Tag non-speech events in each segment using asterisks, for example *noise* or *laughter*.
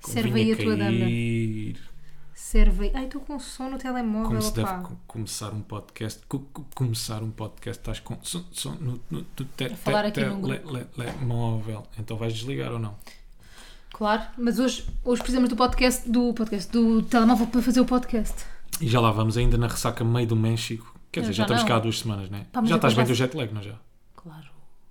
Serve aí a tua danda. cair. Serve aí. Ai, estou com som no telemóvel, Como se deve opá. co- começar um podcast. Co- co- começar um podcast, estás com som, som no, no, no te, te, falar aqui te- num le- le- le- móvel. Então vais desligar ou não? Claro, mas hoje, hoje precisamos do podcast, do podcast, do telemóvel para fazer o podcast. E já lá vamos, ainda na ressaca meio do México. Quer Eu dizer, já já estamos não. cá há duas semanas, né? Pá, mas já eu estás bem do confesso- jet lag, não é já? Claro.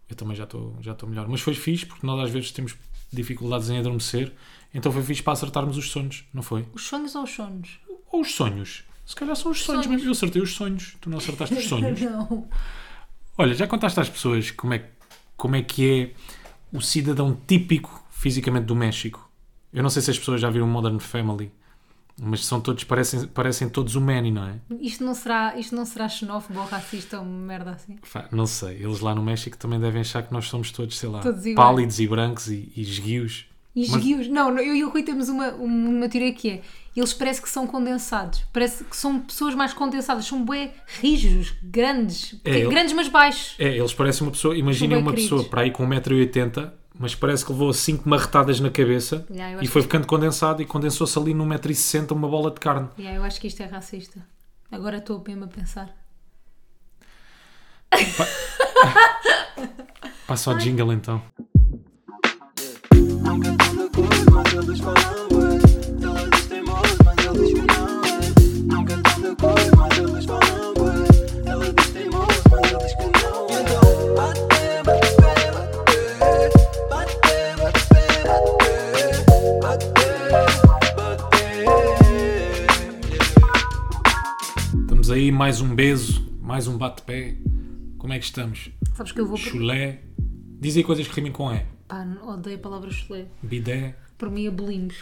Eu também já estou já estou melhor. Mas foi fixe, porque nós às vezes temos dificuldades em adormecer. Então foi fixe para acertarmos os sonhos, não foi? Os sonhos ou os sonhos? Ou os sonhos. Se calhar são os sonhos, Sonhos. mesmo. Eu acertei os sonhos, tu não acertaste os *laughs* sonhos. Não. Olha, já contaste às pessoas como é, como é que é o cidadão típico fisicamente do México? Eu não sei se as pessoas já viram Modern Family, mas são todos, parecem, parecem todos o Manny, não é? Isto não será, isto não será xenófobo ou racista ou uma merda assim? Fá, Não sei, eles lá no México também devem achar que nós somos todos, sei lá, Todos iguais. pálidos e brancos e, e esguios. E Mas- esguios. Não, não, eu e o Rui temos uma, uma teoria que é: eles parece que são condensados. Parece que são pessoas mais condensadas. São bué rijos, grandes. É, eu- Grandes, mas baixos. É, eles parecem uma pessoa, imaginem bem uma queridos. pessoa para aí com 1,80m, mas parece que levou cinco marretadas na cabeça Yeah, eu e acho foi ficando condensado e condensou-se ali num 1,60m uma bola de carne. E aí eu acho que isto é racista. Agora estou mesmo a pensar. Passa o jingle então. Nunca tão de acordo, mas eles falam ué. Eles têm moço, mas eles que não é. Nunca tão de acordo, mas eles falam ué. Eles têm moço, mas eles que não é. Então, bate, bate, bate, bate. Bate, bate, bate, bate, bate. Estamos aí, mais um beso, mais um bate-pé. Como é que estamos? Sabes que eu vou. Chulé. Diz aí coisas que rimem com E. Pá, odeio a palavra chulé. Bidé. Por mim, abolimos.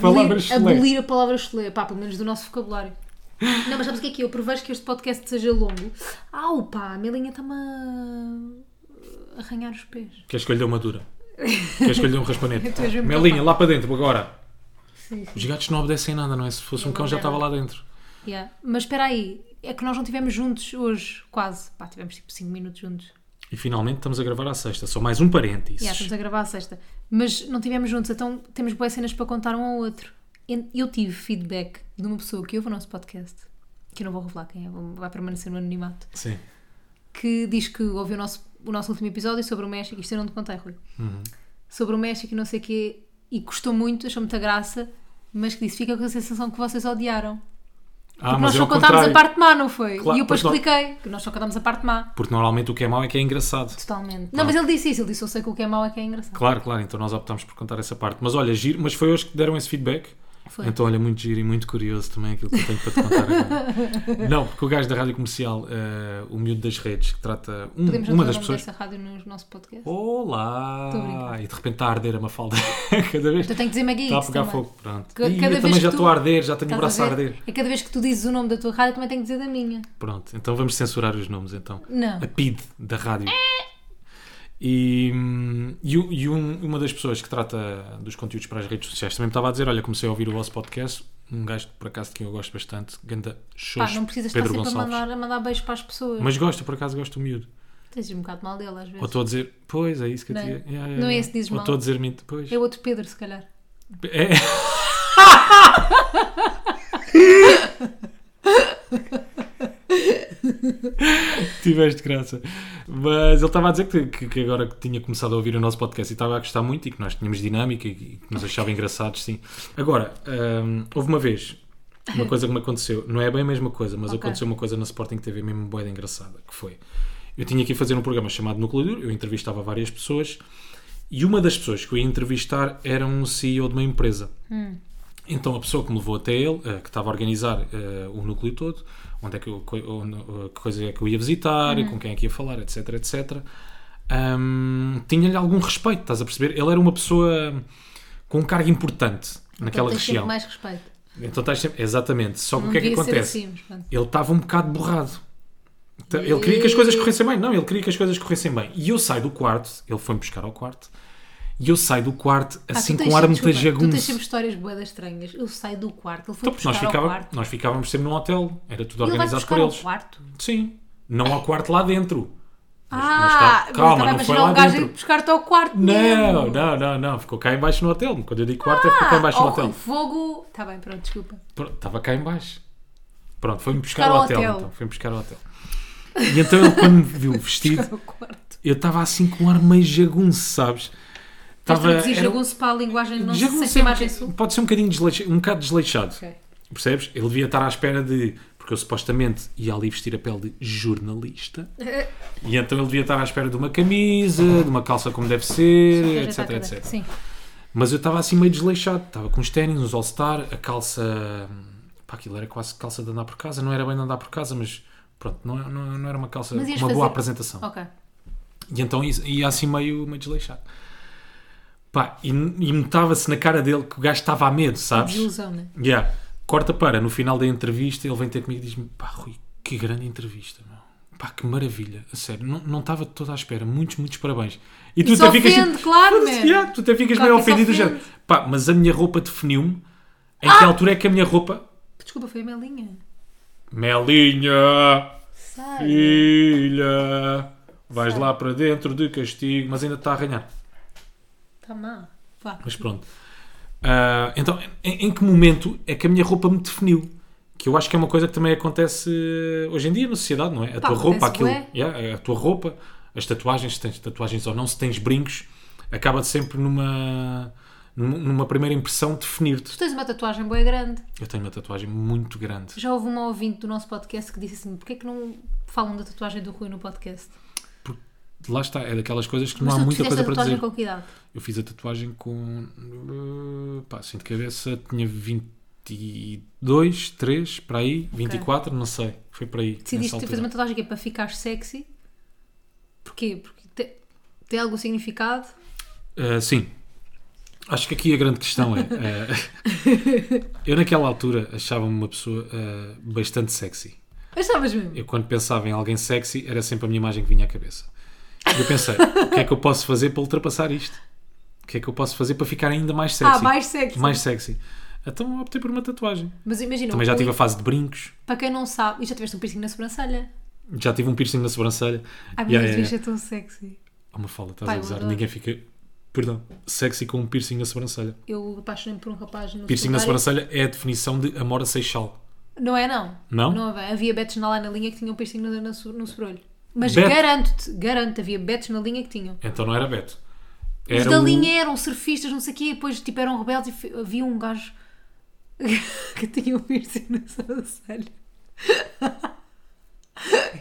Palavras abolir, chulé. abolir a palavra chulé, pá, pelo menos do nosso vocabulário. Não, mas sabes o que é que eu prevejo que este podcast seja longo? Au, pá, a Melinha está-me a a arranhar os pés. Queres que eu lhe dê uma dura? Queres que eu lhe dê um *laughs* raspanete? Tu és mesmo Melinha, capaz. lá para dentro, agora. Sim, sim. Os gatos não obedecem nada, não é? Se fosse um Não cão já estava lá obedecem. dentro. Yeah. Mas espera aí, é que nós não estivemos juntos hoje, quase. Pá, tivemos tipo 5 minutos juntos. E finalmente estamos a gravar à sexta. Só mais um parênteses. Yeah, estamos a gravar a sexta. Mas não estivemos juntos, então temos boas cenas para contar um ao outro. En- Eu tive feedback de uma pessoa que ouve o nosso podcast, que eu não vou revelar quem é, vou- vai permanecer no anonimato. Sim. que diz que ouviu o nosso, o nosso último episódio sobre o México, isto eu não te contei, Rui, Uhum. sobre o México e não sei o quê, e gostou muito, achou muita graça, mas que disse, fica com a sensação que vocês odiaram. Ah, Porque nós é só ao contámos contrário. a parte má, não foi? Claro, e eu depois pois não. expliquei que nós só contámos a parte má. Porque normalmente o que é mau é que é engraçado. Totalmente. Não, mas ele disse isso, ele disse, eu sei que o que é mau é que é engraçado. Claro, claro, então nós optámos por contar essa parte. Mas olha, giro, mas foi hoje que deram esse feedback. Foi. Então, olha, muito giro e muito curioso também aquilo que eu tenho para te contar *laughs* agora. Não, porque o gajo da rádio comercial, eh, o miúdo das redes, que trata um- Podemos não uma ter o das nome pessoas. dessa rádio no nosso podcast. Tô a Olá! brincar. E de repente está a arder a mafalda. *laughs* Cada vez Então tenho que dizer Mega está tá a Hits pegar também. fogo. Pronto. Ca- Ih, cada eu vez também que já tu- estou a arder, já tenho o Estás braço a, a ver? arder. É cada vez que tu dizes o nome da tua rádio, também tenho que dizer da minha. Pronto, então vamos censurar os nomes então. Não. A PID da rádio. E, hum, e, u- e um- uma das pessoas que trata dos conteúdos para as redes sociais também me estava a dizer: Olha, comecei a ouvir o vosso podcast, um gajo por acaso de quem eu gosto bastante, ganda shows, Pá, não precisas Pedro estar sempre a Gonçalves. mandar, a mandar beijos para as pessoas. Mas gosto, eu por acaso gosto do miúdo. Tens um bocado mal dele às vezes. Ou estou a dizer, pois é isso que eu Não é? tinha. Yeah, yeah, Não é yeah. esse que dizes Ou mal. estou a dizer, minto, pois. É outro Pedro, se calhar. É. *laughs* Tiveste graça. Mas ele estava a dizer que, que- que agora que tinha começado a ouvir o nosso podcast e estava a gostar muito e que nós tínhamos dinâmica e que nos achava engraçados, sim. Agora, hum, houve uma vez uma coisa que me aconteceu, não é bem a mesma coisa, mas Ok. aconteceu uma coisa na Sporting TV mesmo boeda engraçada, que foi. Eu tinha que ir fazer um programa chamado Núcleo Duro, eu entrevistava várias pessoas e uma das pessoas que eu ia entrevistar era um CEO de uma empresa. Então a pessoa que me levou até ele, eh, que estava a organizar eh, o núcleo todo, onde é que, eu, co- onde- eh, que coisa é que eu ia visitar, Uhum. com quem é que ia falar, etc, etc, ahm, tinha-lhe algum respeito, estás a perceber? Ele era uma pessoa com um cargo importante naquela Então tens sempre região. mais respeito. Então estás sempre... Exatamente. Só que Não o que é que devia ser acontece? assim, mas pronto. Ele estava um bocado borrado. Então, Ele queria que as coisas corressem bem. Não, ele queria que as coisas corressem bem. E eu saio do quarto, ele foi-me buscar ao quarto, e eu saio do quarto Ah, tu assim tens com um ar sempre- muito desculpa, Tu tens jagunço. sempre histórias boedas estranhas. Eu saio do quarto, ele foi Então, buscar porque nós, ao ficava, quarto. nós ficávamos sempre num hotel. Era tudo Ele vai organizado buscar por ao eles. quarto. Sim. Não ao quarto lá dentro. Mas- ah, mas tá- mas calma, estava a não foi imaginar lá um gajo a dentro. ir buscar-te ao quarto Não, mesmo. não, não, não. Ficou cá em baixo no hotel. Quando eu digo quarto é ficou cá em baixo Ah, no oh, hotel. fogo. Está bem, pronto, desculpa. Pronto, estava cá em baixo. Pronto, foi-me buscar, Buscar ao ao hotel, hotel. Então. Foi-me buscar ao hotel. E então ele quando me viu vestido, Buscar ao quarto. eu estava assim com um ar meio jagunço, sabes? Estás a traduzir era- um- jagunço para a linguagem não sei jagunço se é um imagem boca- sul. Pode ser um bocadinho desleixado, um bocado desleixado. Ok. Percebes? Ele devia estar à espera de. Porque eu supostamente ia ali vestir a pele de jornalista. E então ele devia estar à espera de uma camisa, de uma calça como deve ser, etc, etc. Sim. Mas eu estava assim meio desleixado. Estava com os ténis, uns All-Star, a calça. Pá, aquilo era quase calça de andar por casa. Não era bem de andar por casa, mas pronto, não, é, não, não era uma calça. Uma Mas ias boa fazer- Oh. apresentação. Ok. E então ia ia assim meio, meio desleixado. Pá, e, e notava-se na cara dele que o gajo estava a medo, sabes? Desilusão, né? Yeah. Corta para, no final da entrevista, ele vem ter comigo e diz-me: pá, Rui, que grande entrevista, meu. Pá, que maravilha, a sério, não não estava de toda à espera. Muitos, muitos parabéns. E Isso ofende, tipo, claro, "Foda-se, man." yeah, tu até ficas Claro meio que isso ofendido. do ofende. Ah! género, Pá, mas a minha roupa definiu-me. Em que altura é que a minha roupa. Desculpa, foi a Melinha. Melinha, Sai. filha, vais lá para dentro de castigo, mas ainda está a arranhar. Está Tá má. Vá. Mas pronto. Ah, então, em, em que momento é que a minha roupa me definiu? Que eu acho que é uma coisa que também acontece eh, hoje em dia na sociedade, não é? A Pá, tua roupa, acontece aquilo. bué. Yeah, a tua roupa, as tatuagens, se tens tatuagens ou não, se tens brincos, acaba sempre numa, num- numa primeira impressão definir-te. Tu tens uma tatuagem boa grande. Eu tenho uma tatuagem muito grande. Já houve uma ouvinte do nosso podcast que disse assim: porquê é que não falam da tatuagem do Rui no podcast? Lá está, é daquelas coisas que Mas não há tu muita fizeste coisa a para dizer. tatuagem com que idade? Eu fiz a tatuagem com. eh, pá, assim de cabeça, tinha 22, 3, para aí, 24, não sei. Foi para aí. nessa Decidiste fazer altura. uma tatuagem que é para ficar sexy. Porquê? Porque te- tem algum significado? Eh, sim. Acho que aqui a grande questão é. *laughs* eh, eu naquela altura achava-me uma pessoa eh, bastante sexy. Achavas mesmo? Eu quando pensava em alguém sexy era sempre a minha imagem que vinha à cabeça. E eu pensei, o que é que eu posso fazer para ultrapassar isto? O que é que eu posso fazer para ficar ainda mais sexy? Ah, mais sexy. Mais sexy. Então optei por uma tatuagem. Mas imagina, Também já o Rui, tive a fase de brincos, para quem não sabe, e já tiveste um piercing na sobrancelha. já tive um piercing na sobrancelha. Ai, Yeah, meu Deus, yeah, isto é tão sexy. yeah. Uma fala, estás Pá, a eu usar. adoro. Ninguém fica, perdão, sexy com um piercing na sobrancelha. Eu apaixonei-me por um rapaz no Piercing na secundário. sobrancelha é a definição de Amora Seixal. Não é, não. Não? havia, havia betos na lá na linha que tinham piercing no, no, so- no sobrolho. Mas Bet- garanto-te, garanto, havia betos na linha que tinham. Então não era Beto. Os Era um- da o- linha eram surfistas, não sei o quê, e depois tipo, eram rebeldes e fi- havia um gajo *laughs* que tinha um piercing na sobrancelha. *laughs*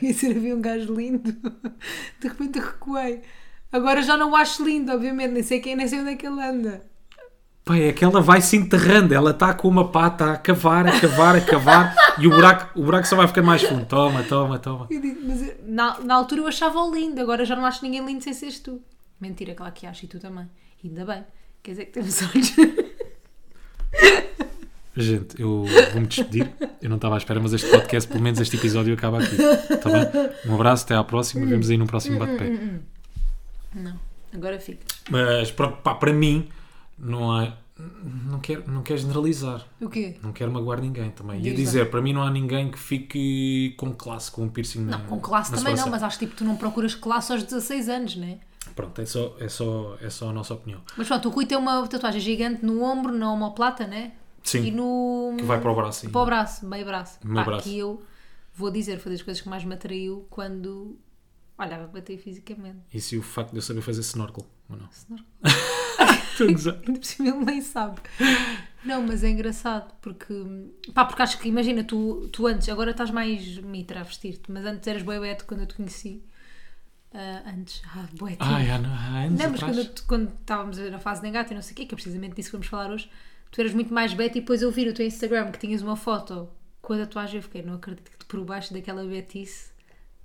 E assim havia um gajo lindo. De repente recuei. Agora já não o acho lindo, obviamente, nem sei quem, nem sei onde é que ele anda. Pá, é que ela vai se enterrando. Ela está com uma pata a cavar, a cavar, a cavar. e o buraco, o buraco só vai ficar mais fundo. Toma, toma, toma. Eu digo, mas eu- na, na altura eu achava lindo, agora já não acho ninguém lindo sem seres tu. Mentira, claro que acho, e tu também. Ainda bem. Quer dizer que temos *laughs* olhos. Gente, eu vou-me despedir. Eu não estava à espera, mas este podcast, pelo menos este episódio, acaba aqui. Tá bem? Um abraço, até à próxima. Vemos aí no próximo bate-pé. Não, agora fica. Mas para, pá, para mim, não há. Não quero, não quero generalizar. O quê? Não quero magoar ninguém também. E Diz eu lá. dizer, para mim não há ninguém que fique com classe, com um piercing na Com classe na também não, mas sobrancelha. acho que tipo, tu não procuras classe aos 16 anos, né? Pronto, é só, é, só, é só a nossa opinião. Mas pronto, o Rui tem uma tatuagem gigante no ombro, na omoplata, né? Sim. E no. Que vai para o braço. para o braço, meio braço. Meio Pá, braço. que eu vou dizer, foi das coisas que mais me atraiu quando olhava para ti fisicamente. *laughs* E se o facto de eu saber fazer snorkel ou não? Snorkel. *laughs* Estou a gozar. Ainda por cima ele nem sabe. Não, mas é engraçado porque. Pá, porque acho que, imagina, tu, tu antes, agora estás mais mitra a vestir-te, mas antes eras boi beto quando eu te conheci. Ah, antes, ah, boé, Ai, há há anos Lembras atrás. quando, eu te- quando estávamos na fase de engata e não sei o quê, que é precisamente disso que vamos falar hoje, tu eras muito mais Betty e depois eu vi no teu Instagram que tinhas uma foto com a tatuagem eu fiquei, não acredito que por baixo daquela Betice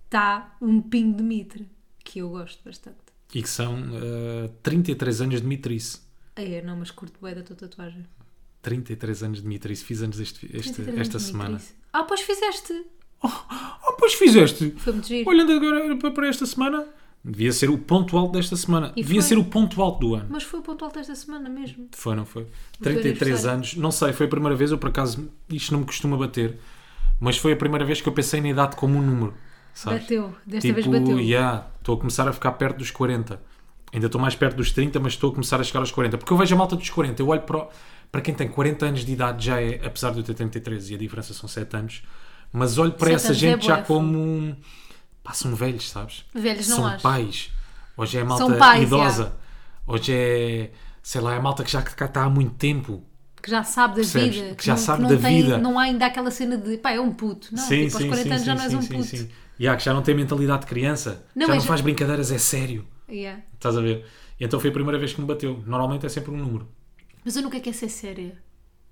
está um pingo de mitre, que eu gosto bastante. E que são eh, 33 anos de mitrice. Aí eu não, mas curto bem da tua tatuagem. 33 anos de mitrice. Fiz anos deste, este- 33 esta anos de semana. mitrice. Ah, pois fizeste! Oh, pois fizeste! Foi muito giro. Olhando agora para- para esta semana, devia ser o ponto alto desta semana. E devia foi. ser o ponto alto do ano. Mas foi o ponto alto desta semana mesmo. Foi, não foi? teu 33 aniversário. anos, não sei, foi a primeira vez, eu por acaso, isto não me costuma bater, mas foi a primeira vez que eu pensei na idade como um número. sabes? Bateu, desta tipo, vez bateu. yeah, estou a começar a ficar perto dos 40. Ainda estou mais perto dos 30, mas estou a começar a chegar aos 40. Porque eu vejo a malta dos 40, eu olho para, o- para quem tem 40 anos de idade, já é, apesar de eu ter 33 e a diferença são 7 anos, mas olho para Sete essa anos gente é já bué, como. um- Pá, são velhos, sabes? Velhos não são acho. pais. Hoje é a malta São pais, idosa. Hoje é. Sei lá, é a malta que já cá está há muito tempo. Que já sabe da Percebes? vida. Que já não, sabe não da tem- vida. Não há ainda aquela cena de pá, é um puto. Não, tipo, aos 40 anos já não és um puto. Yeah, que já não tem mentalidade de criança. Não, já não mas- faz brincadeiras, é sério. Yeah. Estás a ver? E então foi a primeira vez que me bateu. Normalmente é sempre um número. Mas eu nunca quero ser séria.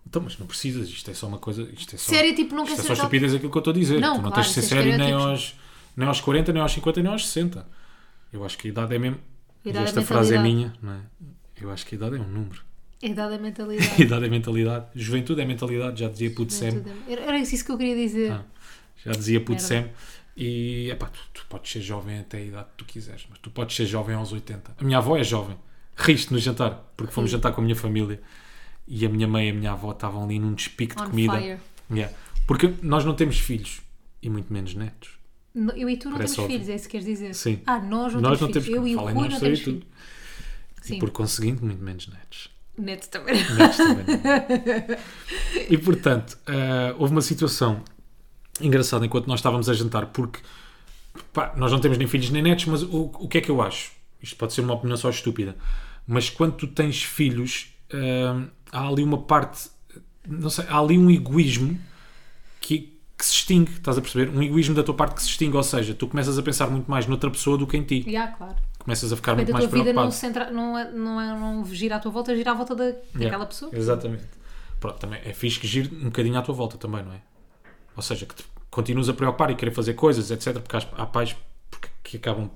Então, mas não precisas, isto é só uma coisa. Isto é só, Séria, tipo, não isto quer é ser só aquela- estupidez aquilo que eu estou a dizer. Não, tu não claro, tens de ser isso é sério nem estereótipos. aos, nem aos 40, nem aos 50, nem aos 60. Eu acho que a idade é mesmo. A idade é e esta frase é minha, mentalidade. não é? Eu acho que a idade é um número. *laughs* É dada a A *laughs* mentalidade. idade é mentalidade. Juventude é mentalidade, já dizia Puto Sam. Era era isso que eu queria dizer. Ah, já dizia Puto Merda. Sam. E epá, tu, tu podes ser jovem até a idade que tu quiseres, mas tu podes ser jovem aos 80. A minha avó é jovem. Riste no jantar, porque fomos jantar com a minha família e a minha mãe e a minha avó estavam ali num despique de On comida. fire. Yeah. Porque nós não temos filhos e muito menos netos. No- Eu e tu não Parece temos óbvio. filhos, é isso que queres dizer? Sim. Ah, nós não nós temos não filhos. temos eu e o falem Rui nós, não sou eu temos e tu. filhos. Sim, E por Tá conseguinte, muito menos netos. neto também. *laughs* Netos também não. E portanto, eh, houve uma situação engraçada enquanto nós estávamos a jantar, porque pá, nós não temos nem filhos nem netos, mas o, o que é que eu acho? Isto pode ser uma opinião só estúpida, mas quando tu tens filhos, eh, há ali uma parte, não sei, há ali um egoísmo que, que se extingue, estás a perceber? Um egoísmo da tua parte que se extingue, ou seja, tu começas a pensar muito mais noutra pessoa do que em ti, Já, claro. começas a ficar Mas tá muito a mais tua vida preocupado. não, se centra, não, é- não, é- não gira à tua volta, gira à volta da, Yeah, daquela é pessoa. Exatamente. Pronto, também é fixe que gire um bocadinho à tua volta também, não é? Ou seja, que te continuas a preocupar e querer fazer coisas, etc. Porque há, há pais porque- que acabam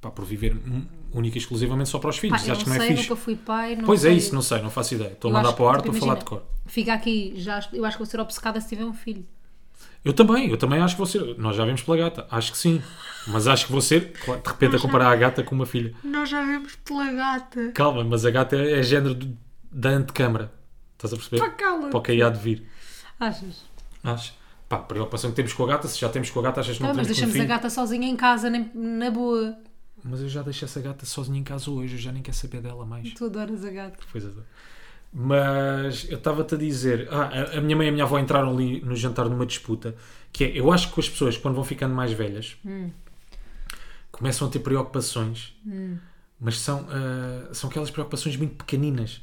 pá, por viver hum, única e exclusivamente só para os Pá, filhos. e eu acho que não não é sei, fixe. nunca fui pai. Não Pois é sei. isso, não sei, não faço ideia. Estou a Eu mandar acho- para o ar, tipo, estou a falar de imagina, cor. Fica aqui, já, acho- eu acho que vou ser obcecada se tiver um filho. Eu também, eu também acho que vou ser. Nós já vimos pela gata, acho que sim. Mas acho que vou ser, claro, de repente, a comparar a gata com uma filha. Nós já vimos pela gata. Calma, mas a gata é, é género do- da antecâmara. Estás a perceber? Pá, cala-te. Para o que aí há de vir. Achas? Acho. Pá, preocupação que temos com a gata, se já temos com a gata, achas que não Tá, mas temos com o deixamos filho? a gata sozinha em casa, nem, na boa. Mas eu já deixo essa gata sozinha em casa hoje, eu já nem quero saber dela mais. Tu adoras a gata. Pois é. Mas eu estava-te a dizer, ah, a- a minha mãe e a minha avó entraram ali no jantar numa disputa, que é, eu acho que as pessoas, quando vão ficando mais velhas, começam a ter preocupações, mas são, ah, são aquelas preocupações muito pequeninas.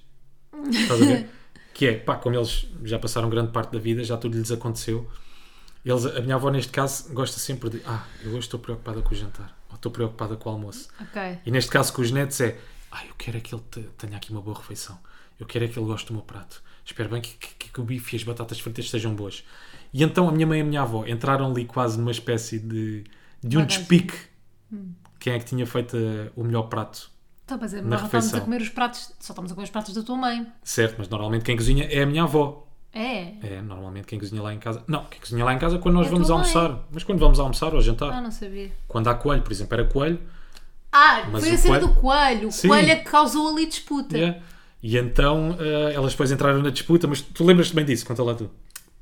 Estás a ver? que é, pá, como eles já passaram grande parte da vida, já tudo lhes aconteceu, eles, a minha avó, neste caso, gosta sempre de, ah, eu hoje estou preocupada com o jantar, ou estou preocupada com o almoço. Ok. E neste caso com os netos é ah, eu quero é que ele te- tenha aqui uma boa refeição. Eu quero é que ele goste do meu prato. Espero bem que, que- que o bife e as batatas fritas sejam boas. E então a minha mãe e a minha avó entraram ali quase numa espécie de, de um Bagagem. despique. Hum. Quem é que tinha feito eh, o melhor prato? Tá, mas é, Na nós não estamos a refeição. comer os pratos, só estamos a comer os pratos da tua mãe. Certo, mas normalmente quem cozinha é a minha avó. É? É, normalmente quem cozinha lá em casa. Não, quem cozinha lá em casa é quando nós É a vamos tua almoçar. Mas quando vamos almoçar ou jantar. Ah, não sabia. Quando há coelho, por exemplo, era coelho. Ah, Mas foi o a cena coelho- do coelho. O Sim. coelho é que causou ali disputa. Yeah. E então eh, elas depois entraram na disputa. Mas tu lembras-te bem disso? Conta lá tu.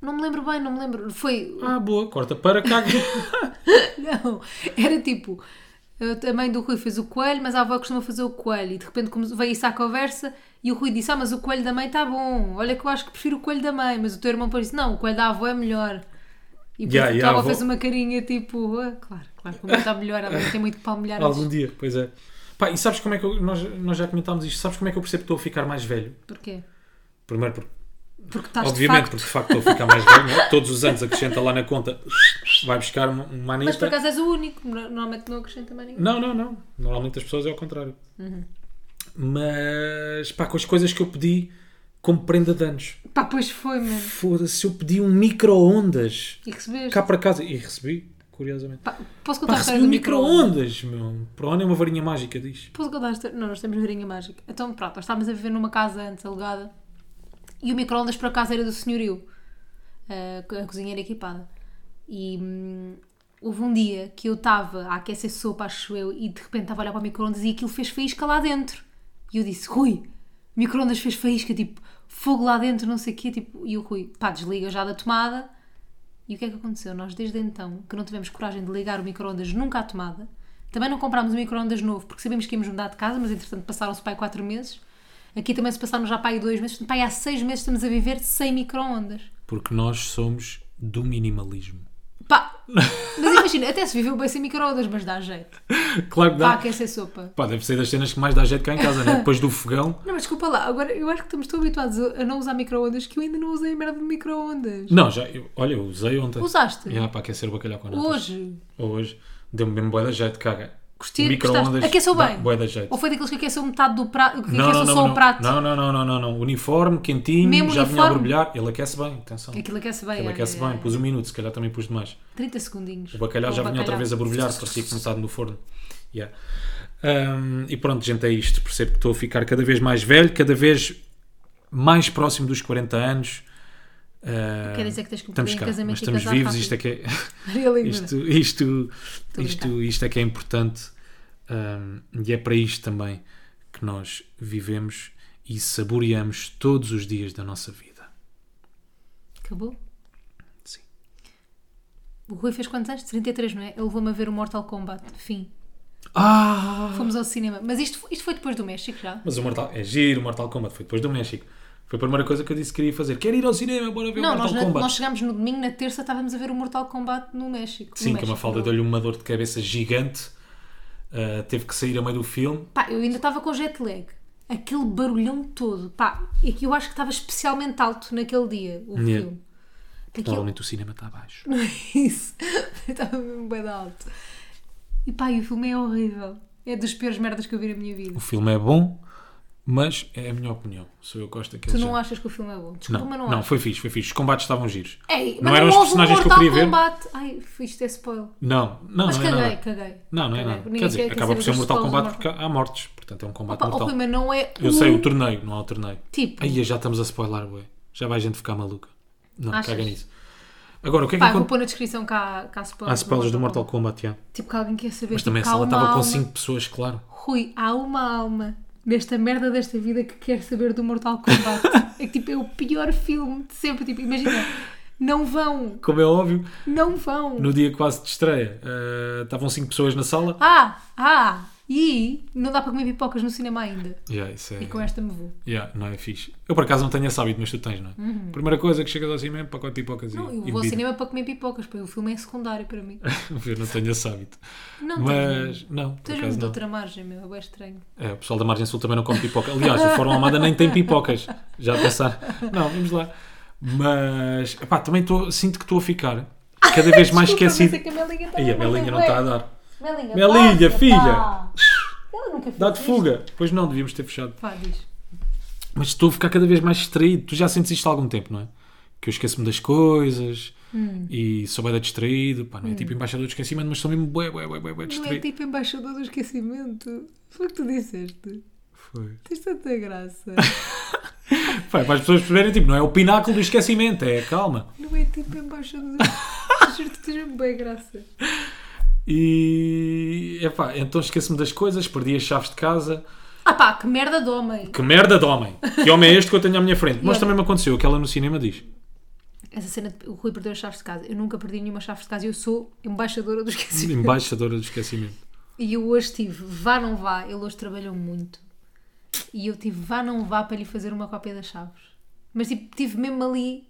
Não me lembro bem, não me lembro. Foi. *laughs* Ah, boa, corta para cá. Não, era tipo. eu- A mãe do Rui fez o coelho, mas a avó costuma fazer o coelho. E de repente come- veio isso à conversa e o Rui disse: Ah, mas o coelho da mãe está bom. Olha que eu acho que prefiro o coelho da mãe. Mas o teu irmão depois disse: Não, o coelho da avó é melhor. E depois Yeah, a tua yeah, avó a avó- fez uma carinha tipo: "Ah, Claro, claro, como está melhor, ela tem muito que palmilhar Algum antes. dia, pois é. Pá, e sabes como é que eu, nós, nós já comentámos isto? Sabes como é que eu percebo que estou a ficar mais velho? Porquê? Primeiro, porque, Porque estás de obviamente, facto. porque de facto estou a ficar mais velho, não é? todos os anos acrescenta lá na conta, vai buscar uma, uma Mas por anista. acaso és o único, no- normalmente não acrescenta mais ninguém. Não, não, não. Normalmente as pessoas é ao contrário. Uhum. Mas, pá, com as coisas que eu pedi como prenda de anos. Pá, pois foi, mano. Foda-se, eu pedi um micro-ondas E recebeste. cá para casa e recebi, curiosamente. Pá, posso Pá, contar a história recebi do um micro-ondas? micro-ondas, meu. Para onde é uma varinha mágica, diz? Posso contar a história? Não, nós temos varinha mágica. Então, pronto, nós estávamos a viver numa casa antes alugada e o micro-ondas por acaso era do senhorio. Ah, A cozinha era equipada. E hum, houve um dia que eu estava a aquecer sopa, acho eu, e de repente estava a olhar para o micro-ondas e aquilo fez faísca lá dentro. E eu disse, Rui, o micro-ondas fez faísca, tipo, fogo lá dentro, não sei o quê. Tipo, e o Rui, pá, desliga já da tomada E o que é que aconteceu? Nós, desde então, que não tivemos coragem de ligar o micro-ondas nunca à tomada, também não comprámos um micro-ondas novo, porque sabíamos que íamos mudar de casa, mas entretanto passaram-se para aí 4 meses. Aqui também se passaram já para aí 2 meses, portanto, para aí há 6 meses estamos a viver sem micro-ondas. Porque nós somos do minimalismo. Pá! Mas imagina, até se viveu bem sem micro-ondas, mas dá jeito. *laughs* Claro que Pá, dá. aquecer sopa. Pá, deve ser das cenas que mais dá jeito cá em casa, né? Depois do fogão. Não, mas desculpa lá, agora eu acho que estamos tão habituados a a não usar micro-ondas que eu ainda não usei a merda de micro-ondas. Não, já. eu- olha, eu usei ontem. Usaste? Yeah, para aquecer o bacalhau com natas. Hoje? Hoje. Deu-me mesmo boia da jeito, caga. Gostei, gostaste? É Aqueceu dá bem? Bué da jeito. Ou foi daqueles que aqueceu metade do prato, que Não, aqueceu não, não, só não. o prato? não, não, não, não, não, não. Uniforme, quentinho, Mesmo já vinha a uniforme? borbulhar. Ele aquece bem, atenção. Aquilo aquece bem. Ele é, aquece é, bem, é. pus um minuto, se calhar também pus demais. 30 segundinhos. O bacalhau Com já o vinha outra bacalhau. vez a borbulhar, parecia que começado no forno. Yeah. Hum, e pronto, gente, é isto. Percebo que estou a ficar cada vez mais velho, cada vez mais próximo dos 40 anos. Ah, Quer dizer que tens que me estamos pedir em cá, casamento mas e estamos casar vivos, rápido. isto é que é. *laughs* Maria Língua. *laughs* Isto, isto, a isto, isto é que é importante hum, e é para isto também que nós vivemos e saboreamos todos os dias da nossa vida. Acabou? Sim. O Rui fez quantos anos? 33, não é? Ele levou-me a ver o Mortal Kombat. Fim. Ah! Fomos ao cinema. Mas isto, foi- isto foi depois do México já? Mas o Mortal é giro, o Mortal Kombat foi depois do México. Foi a primeira coisa que eu disse que queria fazer. Quero ir ao cinema, bora ver o Não, Mortal nós, na- Kombat. nós chegámos no domingo, na terça estávamos a ver o Mortal Kombat no México. No Sim, que a México, Mafalda não. deu-lhe uma dor de cabeça gigante. Ah, teve que sair a meio do filme. Pá, eu ainda estava com jet lag. Aquele barulhão todo. Pá, é que eu acho que estava especialmente alto naquele dia, o Yeah. filme. Aquilo- Provavelmente o cinema está abaixo. Não é isso. *laughs* Estava mesmo bem alto. E pá, e o filme é horrível. É dos piores merdas que eu vi na minha vida. O filme é bom, mas é a minha opinião. Sou eu que gosto daquele Tu não género. achas que o filme é bom? Desculpa, Não, mas não, não, não acho. foi fixe, foi fixe. Os combates estavam giros. Ei, não mas eram os houve um personagens que eu Mortal queria ver. Kombat. Ai, isto é spoiler. Não, não, Mas não é caguei, nada. caguei. Não, não é Caguei. nada. Ninguém Quer dizer, quer acaba saber por ser um dos mortal spoilers combate do porque há mortes. Portanto, é um combate Pá, o mortal. filme não é. Eu o- sei, o torneio, não há o torneio. Tipo. Aí já estamos a spoiler, ué. Já vai a gente ficar maluca. Não, Achas? caga nisso. Agora, o que é que Pá, eu vou acontece? pôr na descrição cá, cá spoilers. Há spoilers do Mortal Kombat, já. Tipo que alguém quer saber. Mas também a tipo, que há uma sala estava com alma. 5 pessoas, claro. Rui, há uma alma desta merda desta vida que quer saber do Mortal Kombat. *laughs* é que tipo, é o pior filme de sempre. Tipo, imagina, não vão, Como é óbvio, não vão. no dia quase de estreia, ah, estavam 5 pessoas na sala. Ah, ah, e não dá para comer pipocas no cinema ainda. Já, isso é. E com esta me vou. já, não é fixe. Eu por acaso não tenho esse hábito, mas tu tens, não é? Primeira coisa que chegas ao cinema, pacote de pipocas Uhum. Não, eu e. e vou ao bebida. cinema para comer pipocas, pois o filme é secundário para mim. *laughs* Eu não tenho esse hábito. Não, tá Mas, não, Tu por és mesmo acaso de não. outra margem, meu, é bué estranho. É, o pessoal da Margem Sul também não come pipoca. Aliás, o Fórum Almada nem tem pipocas. Já a passar. Não, vamos lá. Mas, pá, também tô- sinto que estou a ficar cada vez Desculpa, mas mais é esquecido. que a Melinha está Aí a a morrer, Melinha não tá. está a bué. dar. Melinha, Melinha, passa, filha. pá. Ela nunca fez Dá de isto. fuga. Pois não, devíamos ter fechado. Pá, diz. Mas estou a ficar cada vez mais distraído. Tu já sentes isto há algum tempo, não é? Que eu esqueço-me das coisas Hum. e sou bem distraído. Pá, não é tipo embaixador de esquecimento, mas sou mesmo bué, bué, bué, bué, bué Não é distraído. tipo embaixador do esquecimento. Foi o que tu disseste. Foi. Tens tanta *laughs* graça. Pá, para as pessoas perceberem, tipo, não é o pináculo do esquecimento, é calma. Não é tipo embaixador do Juro-te que tens mesmo bem graça. E. Epá, então esqueço-me das coisas, perdi as chaves de casa. Ah pá, que merda de homem. Que merda de homem! Que homem é este que eu tenho à minha frente? Mas olha- também me aconteceu, aquela no cinema diz. Essa cena de o Rui perdeu as chaves de casa. Eu nunca perdi nenhuma chave de casa. Eu sou embaixadora do *laughs* esquecimento. Embaixadora do esquecimento. E eu hoje tive, vá não vá, ele hoje trabalhou muito. E eu tive, vá não vá, para lhe fazer uma cópia das chaves. Mas tipo, tive mesmo ali.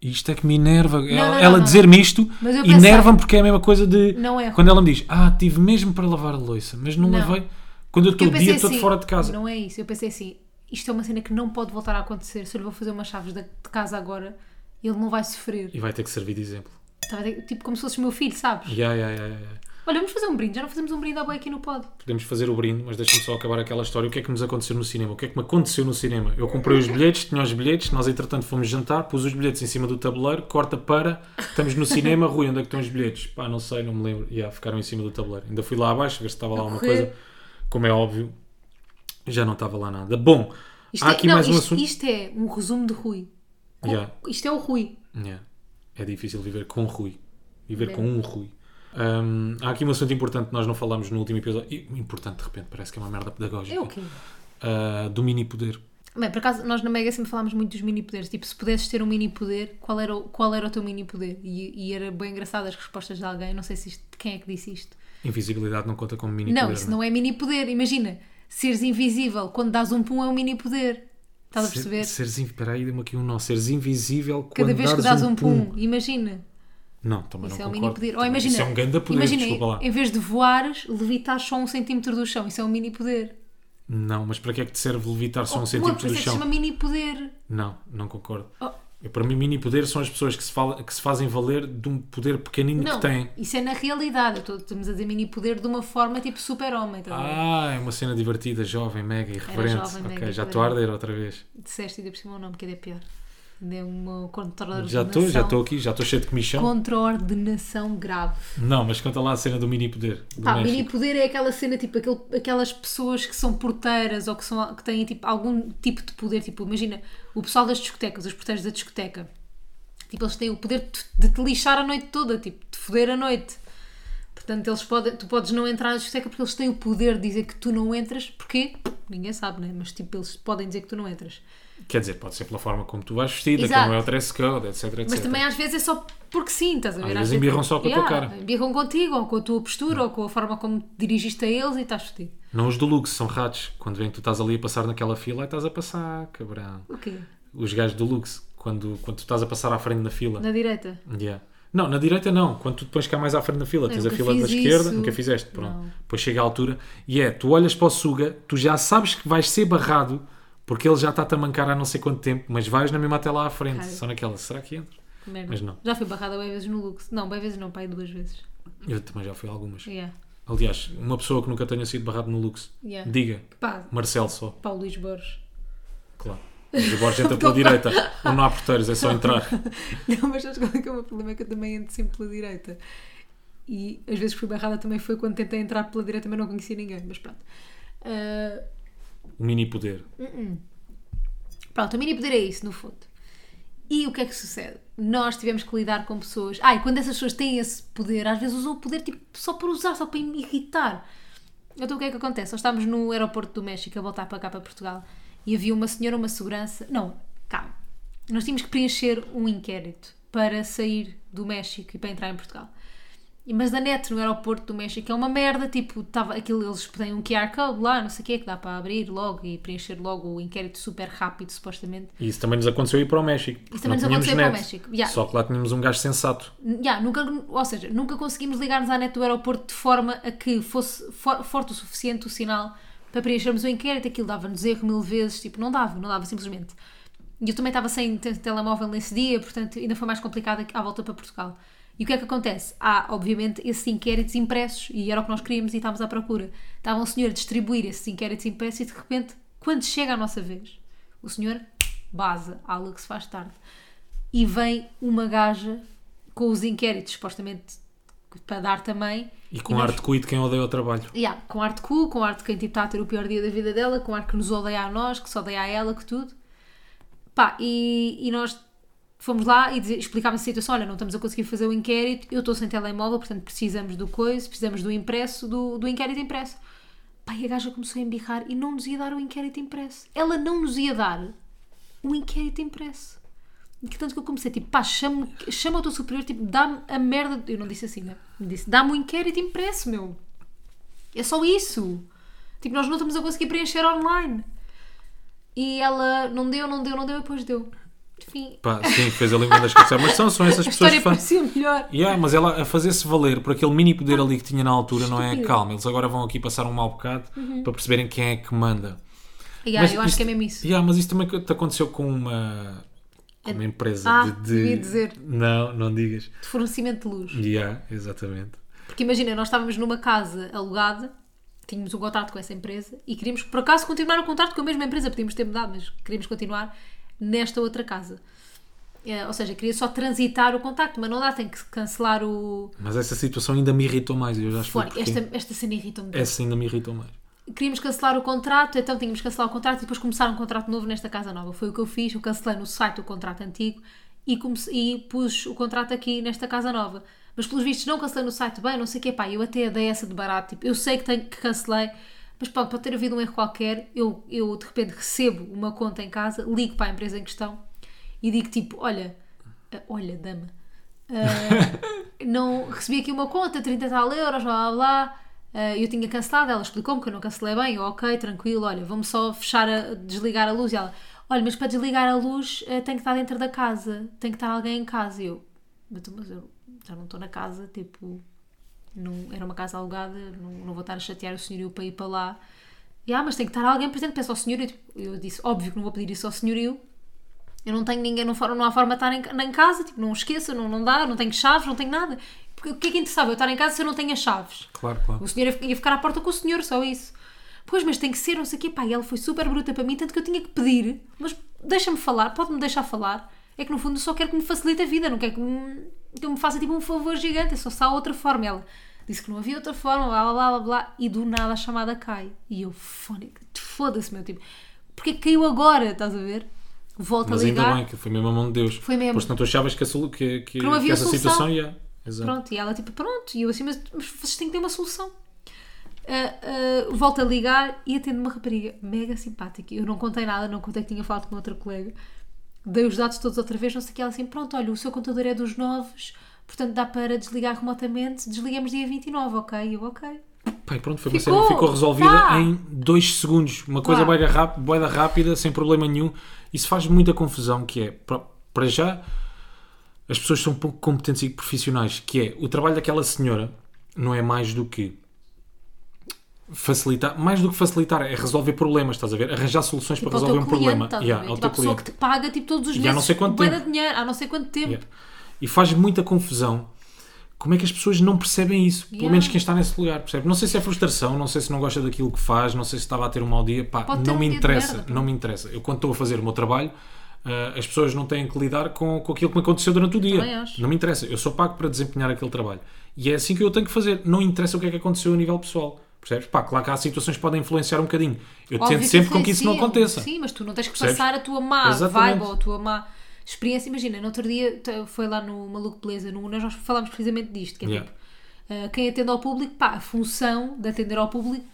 Isto é que me enerva. ela não, ela não. dizer-me isto Mas eu pensei- enerva-me porque é a mesma coisa de. Não é. Quando ela me diz, ah, tive mesmo para lavar a louça, mas não, Não. lavei. Quando eu Porque estou o eu pensei dia todo assim, fora de casa. Não é isso. Eu pensei assim, isto é uma cena que não pode voltar a acontecer. Se eu lhe vou fazer umas chaves da- de casa agora, ele não vai sofrer. E vai ter que servir de exemplo. Estava a dizer, Tipo como se fosse o meu filho, sabes? Ya, ya, ya, ya, ya. Olha, vamos fazer um brinde. Já não fazemos um brinde à boia aqui no pod. Podemos fazer o brinde, mas deixa-me só acabar aquela história. O que é que nos aconteceu no cinema? O que é que me aconteceu no cinema? Eu comprei os bilhetes, tinha os bilhetes, nós entretanto fomos jantar, pus os bilhetes em cima do tabuleiro, corta para, estamos no cinema, Rui, onde é que estão os bilhetes? Pá, não sei, não me lembro. Ya, ficaram em cima do tabuleiro. Ainda fui lá abaixo, ver se estava lá uma correr. coisa. Como é óbvio, já não estava lá nada. Bom, Isto, há é, aqui não, mais um isto- assunto. isto é um resumo de Rui. Com- Ya, Isto é o Rui. ya. É difícil viver com Rui. Viver Mesmo. com um Rui. Hum, há aqui um assunto importante que nós não é falámos no último episódio. E- Importante, de repente, parece que é uma merda pedagógica. É o quê? Uh, do mini poder. Bem, por acaso, nós na Mega sempre falámos muito dos mini poderes. Tipo, se pudesses ter um mini poder, qual era o, qual era o teu mini poder? E, e era bem engraçado as respostas de alguém. Não sei se isto, quem é que disse isto. Invisibilidade não conta como mini não, poder, isso não é mini poder. Imagina, seres invisível quando dás um pum é um mini poder. Estás a perceber? Seres, in- peraí, deu-me aqui um nó. Seres invisível quando Cada vez que dás um pum, imagina. Não, também Isso não é um concordo. mini poder. Ou Também- imagina, isso é um grande poder, imagina, desculpa lá. em vez de voares, levitas só um centímetro do chão. Isso é um mini poder. Não, mas para que é que te serve levitar só um Oh, por centímetro isso do é que se chão? chama mini poder. Não, não concordo. Oh, Eu, para mim, mini poder são as pessoas que se, fala, que se fazem valer de um poder pequenino não, que têm. isso é na realidade. Eu tô- Estamos a dizer mini poder de uma forma tipo super-homem. estás a ver? Ah, é uma cena divertida, jovem, mega, irreverente. jovem, ok, mega já estou a irreverente. arder outra vez. Disseste ainda por cima o nome, que ainda é pior. Ainda é uma contraordenação. Já estou, já estou aqui, já estou cheio de comichão. Contraordenação grave. Não, mas conta lá a cena do mini poder. Do Pá, México. mini poder é aquela cena, tipo, aquele- aquelas pessoas que são porteiras ou que, são, que têm tipo, algum tipo de poder. Tipo, imagina, o pessoal das discotecas, os porteiros da discoteca. Tipo, eles têm o poder de te- de te lixar a noite toda, tipo, de foder a noite. Portanto, eles podem, tu podes não entrar na discoteca porque eles têm o poder de dizer que tu não entras. Porquê? Ninguém sabe, né? Mas, tipo, eles podem dizer que tu não entras. Quer dizer, pode ser pela forma como tu vais vestida, Exato. como é o dress code, etc, etc. Mas também às vezes é só porque sim, estás a ver? Às vezes embirram só com a tua Yeah, cara. Embirram contigo, ou com a tua postura, ou com a forma como te dirigiste a eles e estás fodido. Não os do luxo, são ratos. Quando vem que tu estás ali a passar naquela fila, aí estás a passar, cabrão. O quê? Os gajos do luxo, quando, quando tu estás a passar à frente na fila. Na direita? Yeah. Não, na direita não. Quando tu depois cá mais à frente na fila, tens a nunca fila da fiz esquerda, isso. nunca fizeste, pronto. Não. Depois chega à altura e é, tu olhas para o Suga, tu já sabes que vais ser barrado, porque ele já está-te a mancar há não sei quanto tempo, mas vais na mesma até lá à frente. Claro. Só naquela, será que entra? Que merda. Mas não. Já fui barrada bem vezes no Lux. Não, bem vezes não, pai, duas vezes. Eu também já fui a algumas. Yeah. Aliás, uma pessoa que nunca tenha sido barrado no luxo, Yeah. diga, Pá, Marcelo só, Paulo Luís Borges. *laughs* claro. Mas o Borges entra pela direita, onde não há porteiros, é só entrar. Não, mas sabes qual é que é o meu problema? É que eu também ando sempre pela direita. E às vezes que fui barrada também foi quando tentei entrar pela direita, mas não conhecia ninguém. Mas pronto. Ah, O mini poder. Pronto, o mini poder é isso, no fundo. E o que é que sucede? Nós tivemos que lidar com pessoas. Ah, e quando essas pessoas têm esse poder, às vezes usam o poder tipo, só para usar, só para me irritar. Então o que é que acontece? Nós estávamos no aeroporto do México a voltar para cá, para Portugal, e havia uma senhora, uma segurança. Não, calma. Nós tínhamos que preencher um inquérito para sair do México e para entrar em Portugal. E- Mas a net no aeroporto do México é uma merda, tipo, tava, aquilo, eles têm um QR Code lá, não sei o que, que dá para abrir logo e preencher logo o inquérito super rápido, supostamente. E isso também nos aconteceu ir para o México. porque também não nos tínhamos aconteceu ir para o net. México, yeah. Só que lá tínhamos um gajo sensato. Ya, nunca, ou seja, nunca conseguimos ligar-nos à net do aeroporto de forma a que fosse for- forte o suficiente o sinal para preenchermos o inquérito. Aquilo dava-nos erro mil vezes, tipo, não dava, não dava, simplesmente. E eu também estava sem te- telemóvel nesse dia, portanto ainda foi mais complicado a volta para Portugal. E o que é que acontece? Há, obviamente, esses inquéritos impressos, e era o que nós queríamos e estávamos à procura. Estava um senhor a distribuir esses inquéritos impressos e de repente, quando chega a nossa vez, o senhor baza, ala que se faz tarde, e vem uma gaja com os inquéritos, supostamente para dar também. E com nós- ar de cuido quem odeia o trabalho. Yeah, com arte cu, com arte de quem tipo, está a ter o pior dia da vida dela, com arte que nos odeia a nós, que só odeia a ela, que tudo. Pá, e, e nós fomos lá e dizer- explicámos a situação: olha, não estamos a conseguir fazer o inquérito, eu estou sem telemóvel, portanto precisamos do coisa, precisamos do impresso, do, do inquérito impresso. Pá, e a gaja começou a embirrar e não nos ia dar o inquérito impresso. Ela não nos ia dar o inquérito impresso. E que tanto que eu comecei, tipo, pá, chama, chama o teu superior, tipo, dá-me a merda. Eu não disse assim, né? Disse, dá-me o inquérito impresso, meu. É só isso. Tipo, nós não estamos a conseguir preencher online. E ela não deu, não deu, não deu e depois deu. Enfim, Pá, sim, fez ali uma das coisas. Mas são, são essas a pessoas história que fazem. parecia melhor. Yeah, mas ela a fazer-se valer por aquele mini poder ali que tinha na altura, não é? Estúpido. Uhum. Calma, eles agora vão aqui passar um mau bocado para perceberem quem é que manda. Yeah, Mas eu acho isto- que é mesmo isso. Yeah, mas isto também te aconteceu com uma, com uma empresa Ah, de, de- devia dizer. Não, não digas. De fornecimento de luz. Yeah, exatamente. Porque imagina, nós estávamos numa casa alugada, tínhamos um contrato com essa empresa e queríamos, por acaso, continuar o contrato com a mesma empresa. Podíamos ter mudado, mas queríamos continuar nesta outra casa. Eh, ou seja, queria só transitar o contacto, mas não dá, tem que cancelar o. Mas essa situação ainda me irritou mais. Eu já explico Fone. porquê. Esta, esta cena irritou-me. tanto. Essa ainda me irritou mais. queríamos cancelar o contrato, então tínhamos que cancelar o contrato e depois começar um contrato novo nesta casa nova. Foi o que eu fiz, eu cancelei no site o contrato antigo e, comece- e pus o contrato aqui nesta casa nova. Mas pelos vistos não cancelei no site bem, não sei o que, pá, eu até dei essa de barato, tipo, eu sei que tenho que cancelei, Mas pode, pode ter havido um erro qualquer, eu, eu de repente recebo uma conta em casa, ligo para a empresa em questão e digo tipo, olha, ah, olha, dama, ah, não, recebi aqui uma conta, 30 tal euros, blá blá blá, ah, eu tinha cancelado, ela explicou-me que eu não cancelei bem, eu, ok, tranquilo, olha, vamos só fechar, a, desligar a luz, e ela, olha, mas para desligar a luz ah, tem que estar dentro da casa, tem que estar alguém em casa, e eu, mas tu- mas eu já não estou na casa, tipo, não, era uma casa alugada, não, não vou estar a chatear o senhorio para ir para lá. E, ah, mas tem que estar alguém presente, peço ao senhorio. Tipo, Eu disse, óbvio que não vou pedir isso ao senhorio. Eu não tenho ninguém, não, for- não há forma de estar em, ca- nem em casa, tipo, não esqueça, não, não dá, não tenho chaves, não tenho nada. Porque o que é que interessava eu estar em casa se eu não tenho as chaves? Claro, claro. O senhor ia fi- ia ficar à porta com o senhor, só isso. Pois, mas tem que ser, não sei o quê. Pá, e ela foi super bruta para mim, tanto que eu tinha que pedir. Mas deixa-me falar, pode-me deixar falar. É que no fundo eu só quero que me facilite a vida, não quero que me, que eu me faça tipo um favor gigante, é só se há outra forma. Ela disse que não havia outra forma, blá blá blá blá, blá e do nada a chamada cai. E eu, fónica, foda-se, meu tipo. Porque é que caiu agora, estás a ver? Volto Mas a ainda ligar. bem, que foi mesmo a mão de Deus. Foi mesmo. Pois não tu achavas que, a solu- que, que, não havia que essa solução. situação ia. Exato. Pronto, e ela tipo, pronto, e eu assim, mas, mas vocês têm que ter uma solução. Ah, ah, volto a ligar e atendo uma rapariga mega simpática. Eu não contei nada, não contei que tinha falado com outra colega. Dei os dados todos outra vez, não sei o que. Ela assim, pronto, olha, o seu contador é dos novos, portanto dá para desligar remotamente. Desligamos dia 29, ok? Eu, ok. Tipo, Pá, e pronto, foi Ficou, uma cena que ficou resolvida pá. em dois segundos. Uma coisa Claro. boeda rápida, boeda rápida, sem problema nenhum. Isso faz muita confusão, que é, pra- para já, as pessoas são pouco competentes e profissionais, que é, o trabalho daquela senhora não é mais do que facilitar, mais do que facilitar, é resolver problemas, estás a ver? Arranjar soluções Tipo, para ao teu resolver um cliente, problema. estás a Yeah, ver? ao Tipo, teu a pessoa cliente. que te paga tipo, todos os E há meses. não sei quanto bué de tempo. dinheiro, há não sei quanto tempo. Yeah. E faz muita confusão como é que as pessoas não percebem isso. Pelo Yeah. menos quem está nesse lugar, percebe? Não sei se é frustração, não sei se não gosta daquilo que faz, não sei se estava a ter um mau dia. Pá, Pode ter não um me dia de interessa, merda, não me interessa. Eu quando estou a fazer o meu trabalho, ah, as pessoas não têm que lidar com, com aquilo que me aconteceu durante o Também dia. acho. Não me interessa. Eu sou pago para desempenhar aquele trabalho. E é assim que eu tenho que fazer. Não interessa o que é que aconteceu a nível pessoal. Percebes? Pá, claro que há situações que podem influenciar um bocadinho. Eu Óbvio tento sempre com que isso influenciam. não aconteça. é Sim, mas tu não tens que Percebes? passar a tua má Exatamente. vibe ou a tua má experiência. Imagina, no outro dia t- foi lá no Maluco Beleza, no Unas, nós falámos precisamente disto, que é Yeah. tipo, ah, quem atende ao público, pá, a função de atender ao público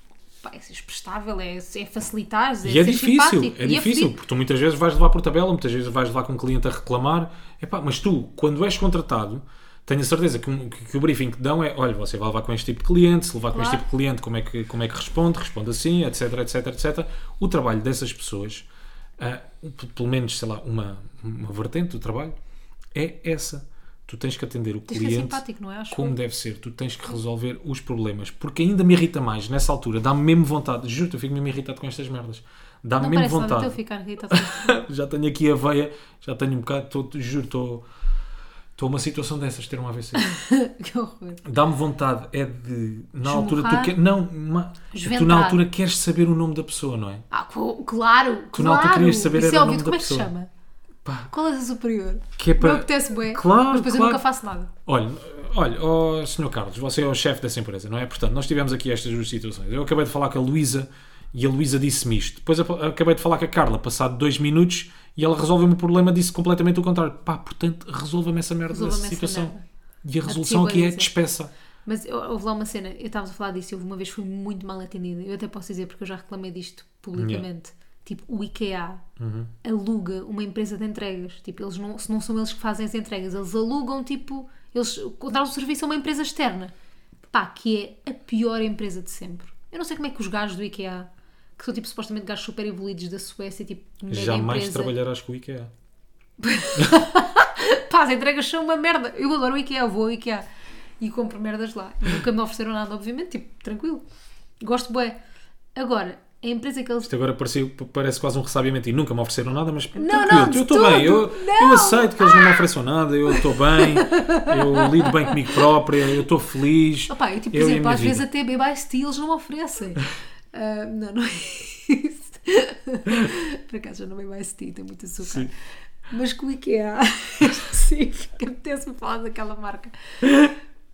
pá, é ser prestável, é, é facilitar, é, E é ser difícil, simpático, é e difícil, fedido. porque tu muitas vezes vais levar por tabela, muitas vezes vais levar com um cliente a reclamar. Epá, mas tu, quando és contratado, tenho a certeza que, um- que- que o briefing que te dão é: olha, você vai levar com este tipo de cliente, se levar com este Claro. tipo de cliente, como é, que, como é que responde, responde assim, etc, etc, etc. O trabalho dessas pessoas, ah, p- pelo menos, sei lá, uma, uma vertente do trabalho, é essa. Tu tens que atender o Tens que ser cliente simpático, não é? Acho como eu. deve ser, tu tens que resolver os problemas, porque ainda me irrita mais nessa altura, dá-me mesmo vontade, juro, eu fico mesmo irritado com estas merdas, dá-me Não mesmo parece nada, então eu ficar vontade, irritado. *laughs* já tenho aqui a veia, já tenho um bocado, tô, juro, estou estou uma situação dessas, ter um AVC, que horror. dá-me vontade, é de, na altura, tu Esmurrar. que, não, ma- é que tu Esventar. na altura queres saber o nome da pessoa, não é? Ah, co- claro, Tu não, tu claro. querias saber Isso era é o óbvio, nome como da é que se pessoa. chama? Pá. Qual é a superior? Que é Não para... apetece bem, Claro, mas depois eu claro. nunca faço nada. Olha, olha, ó, Sr. Carlos, você é o chefe dessa empresa, não é? Portanto, nós tivemos aqui estas duas situações. Eu acabei de falar com a Luísa e a Luísa disse-me isto. Depois ap- acabei de falar com a Carla, passado dois minutos, e ela resolveu-me o problema, disse completamente o contrário. Pá, portanto, resolva-me essa merda Resolva-me dessa essa situação. merda. E a resolução Artigo aqui é Luísa. despeça. Mas eu- houve lá uma cena, eu estávamos a falar disso, eu uma vez fui muito mal atendida. Eu até posso dizer, porque eu já reclamei disto publicamente. Tipo, o IKEA aluga uma empresa de entregas. Tipo, eles não, se não são eles que fazem as entregas, eles alugam, tipo, eles contratam o serviço a uma empresa externa. Pá, que é a pior empresa de sempre. Eu não sei como é que os gajos do IKEA, que são tipo supostamente gajos super evoluídos da Suécia, tipo, mega Jamais empresa. trabalharás com o IKEA. Pá, as entregas são uma merda. Eu adoro o IKEA, eu vou ao IKEA e compro merdas lá. Nunca me ofereceram nada, obviamente, tipo, tranquilo. Gosto bué. Agora, a empresa que eles. Isto agora parecia- p- parece quase um ressabiamento e nunca me ofereceram nada, mas não, tranquilo, de eu estou bem, eu, todo, eu não. Ah. aceito que eles não me ofereçam nada, eu estou bem, eu lido bem comigo própria, eu estou feliz. Opá, eu, tipo, por eu e a exemplo, minha às vezes vida. até Beba Steels não *laughs* oferecem. Ah, não, não é isso. *laughs* Por acaso já não Beba Steel, tem muito açúcar. Sim. Mas com o IKEA *laughs* é específico, apetece-me falar daquela marca.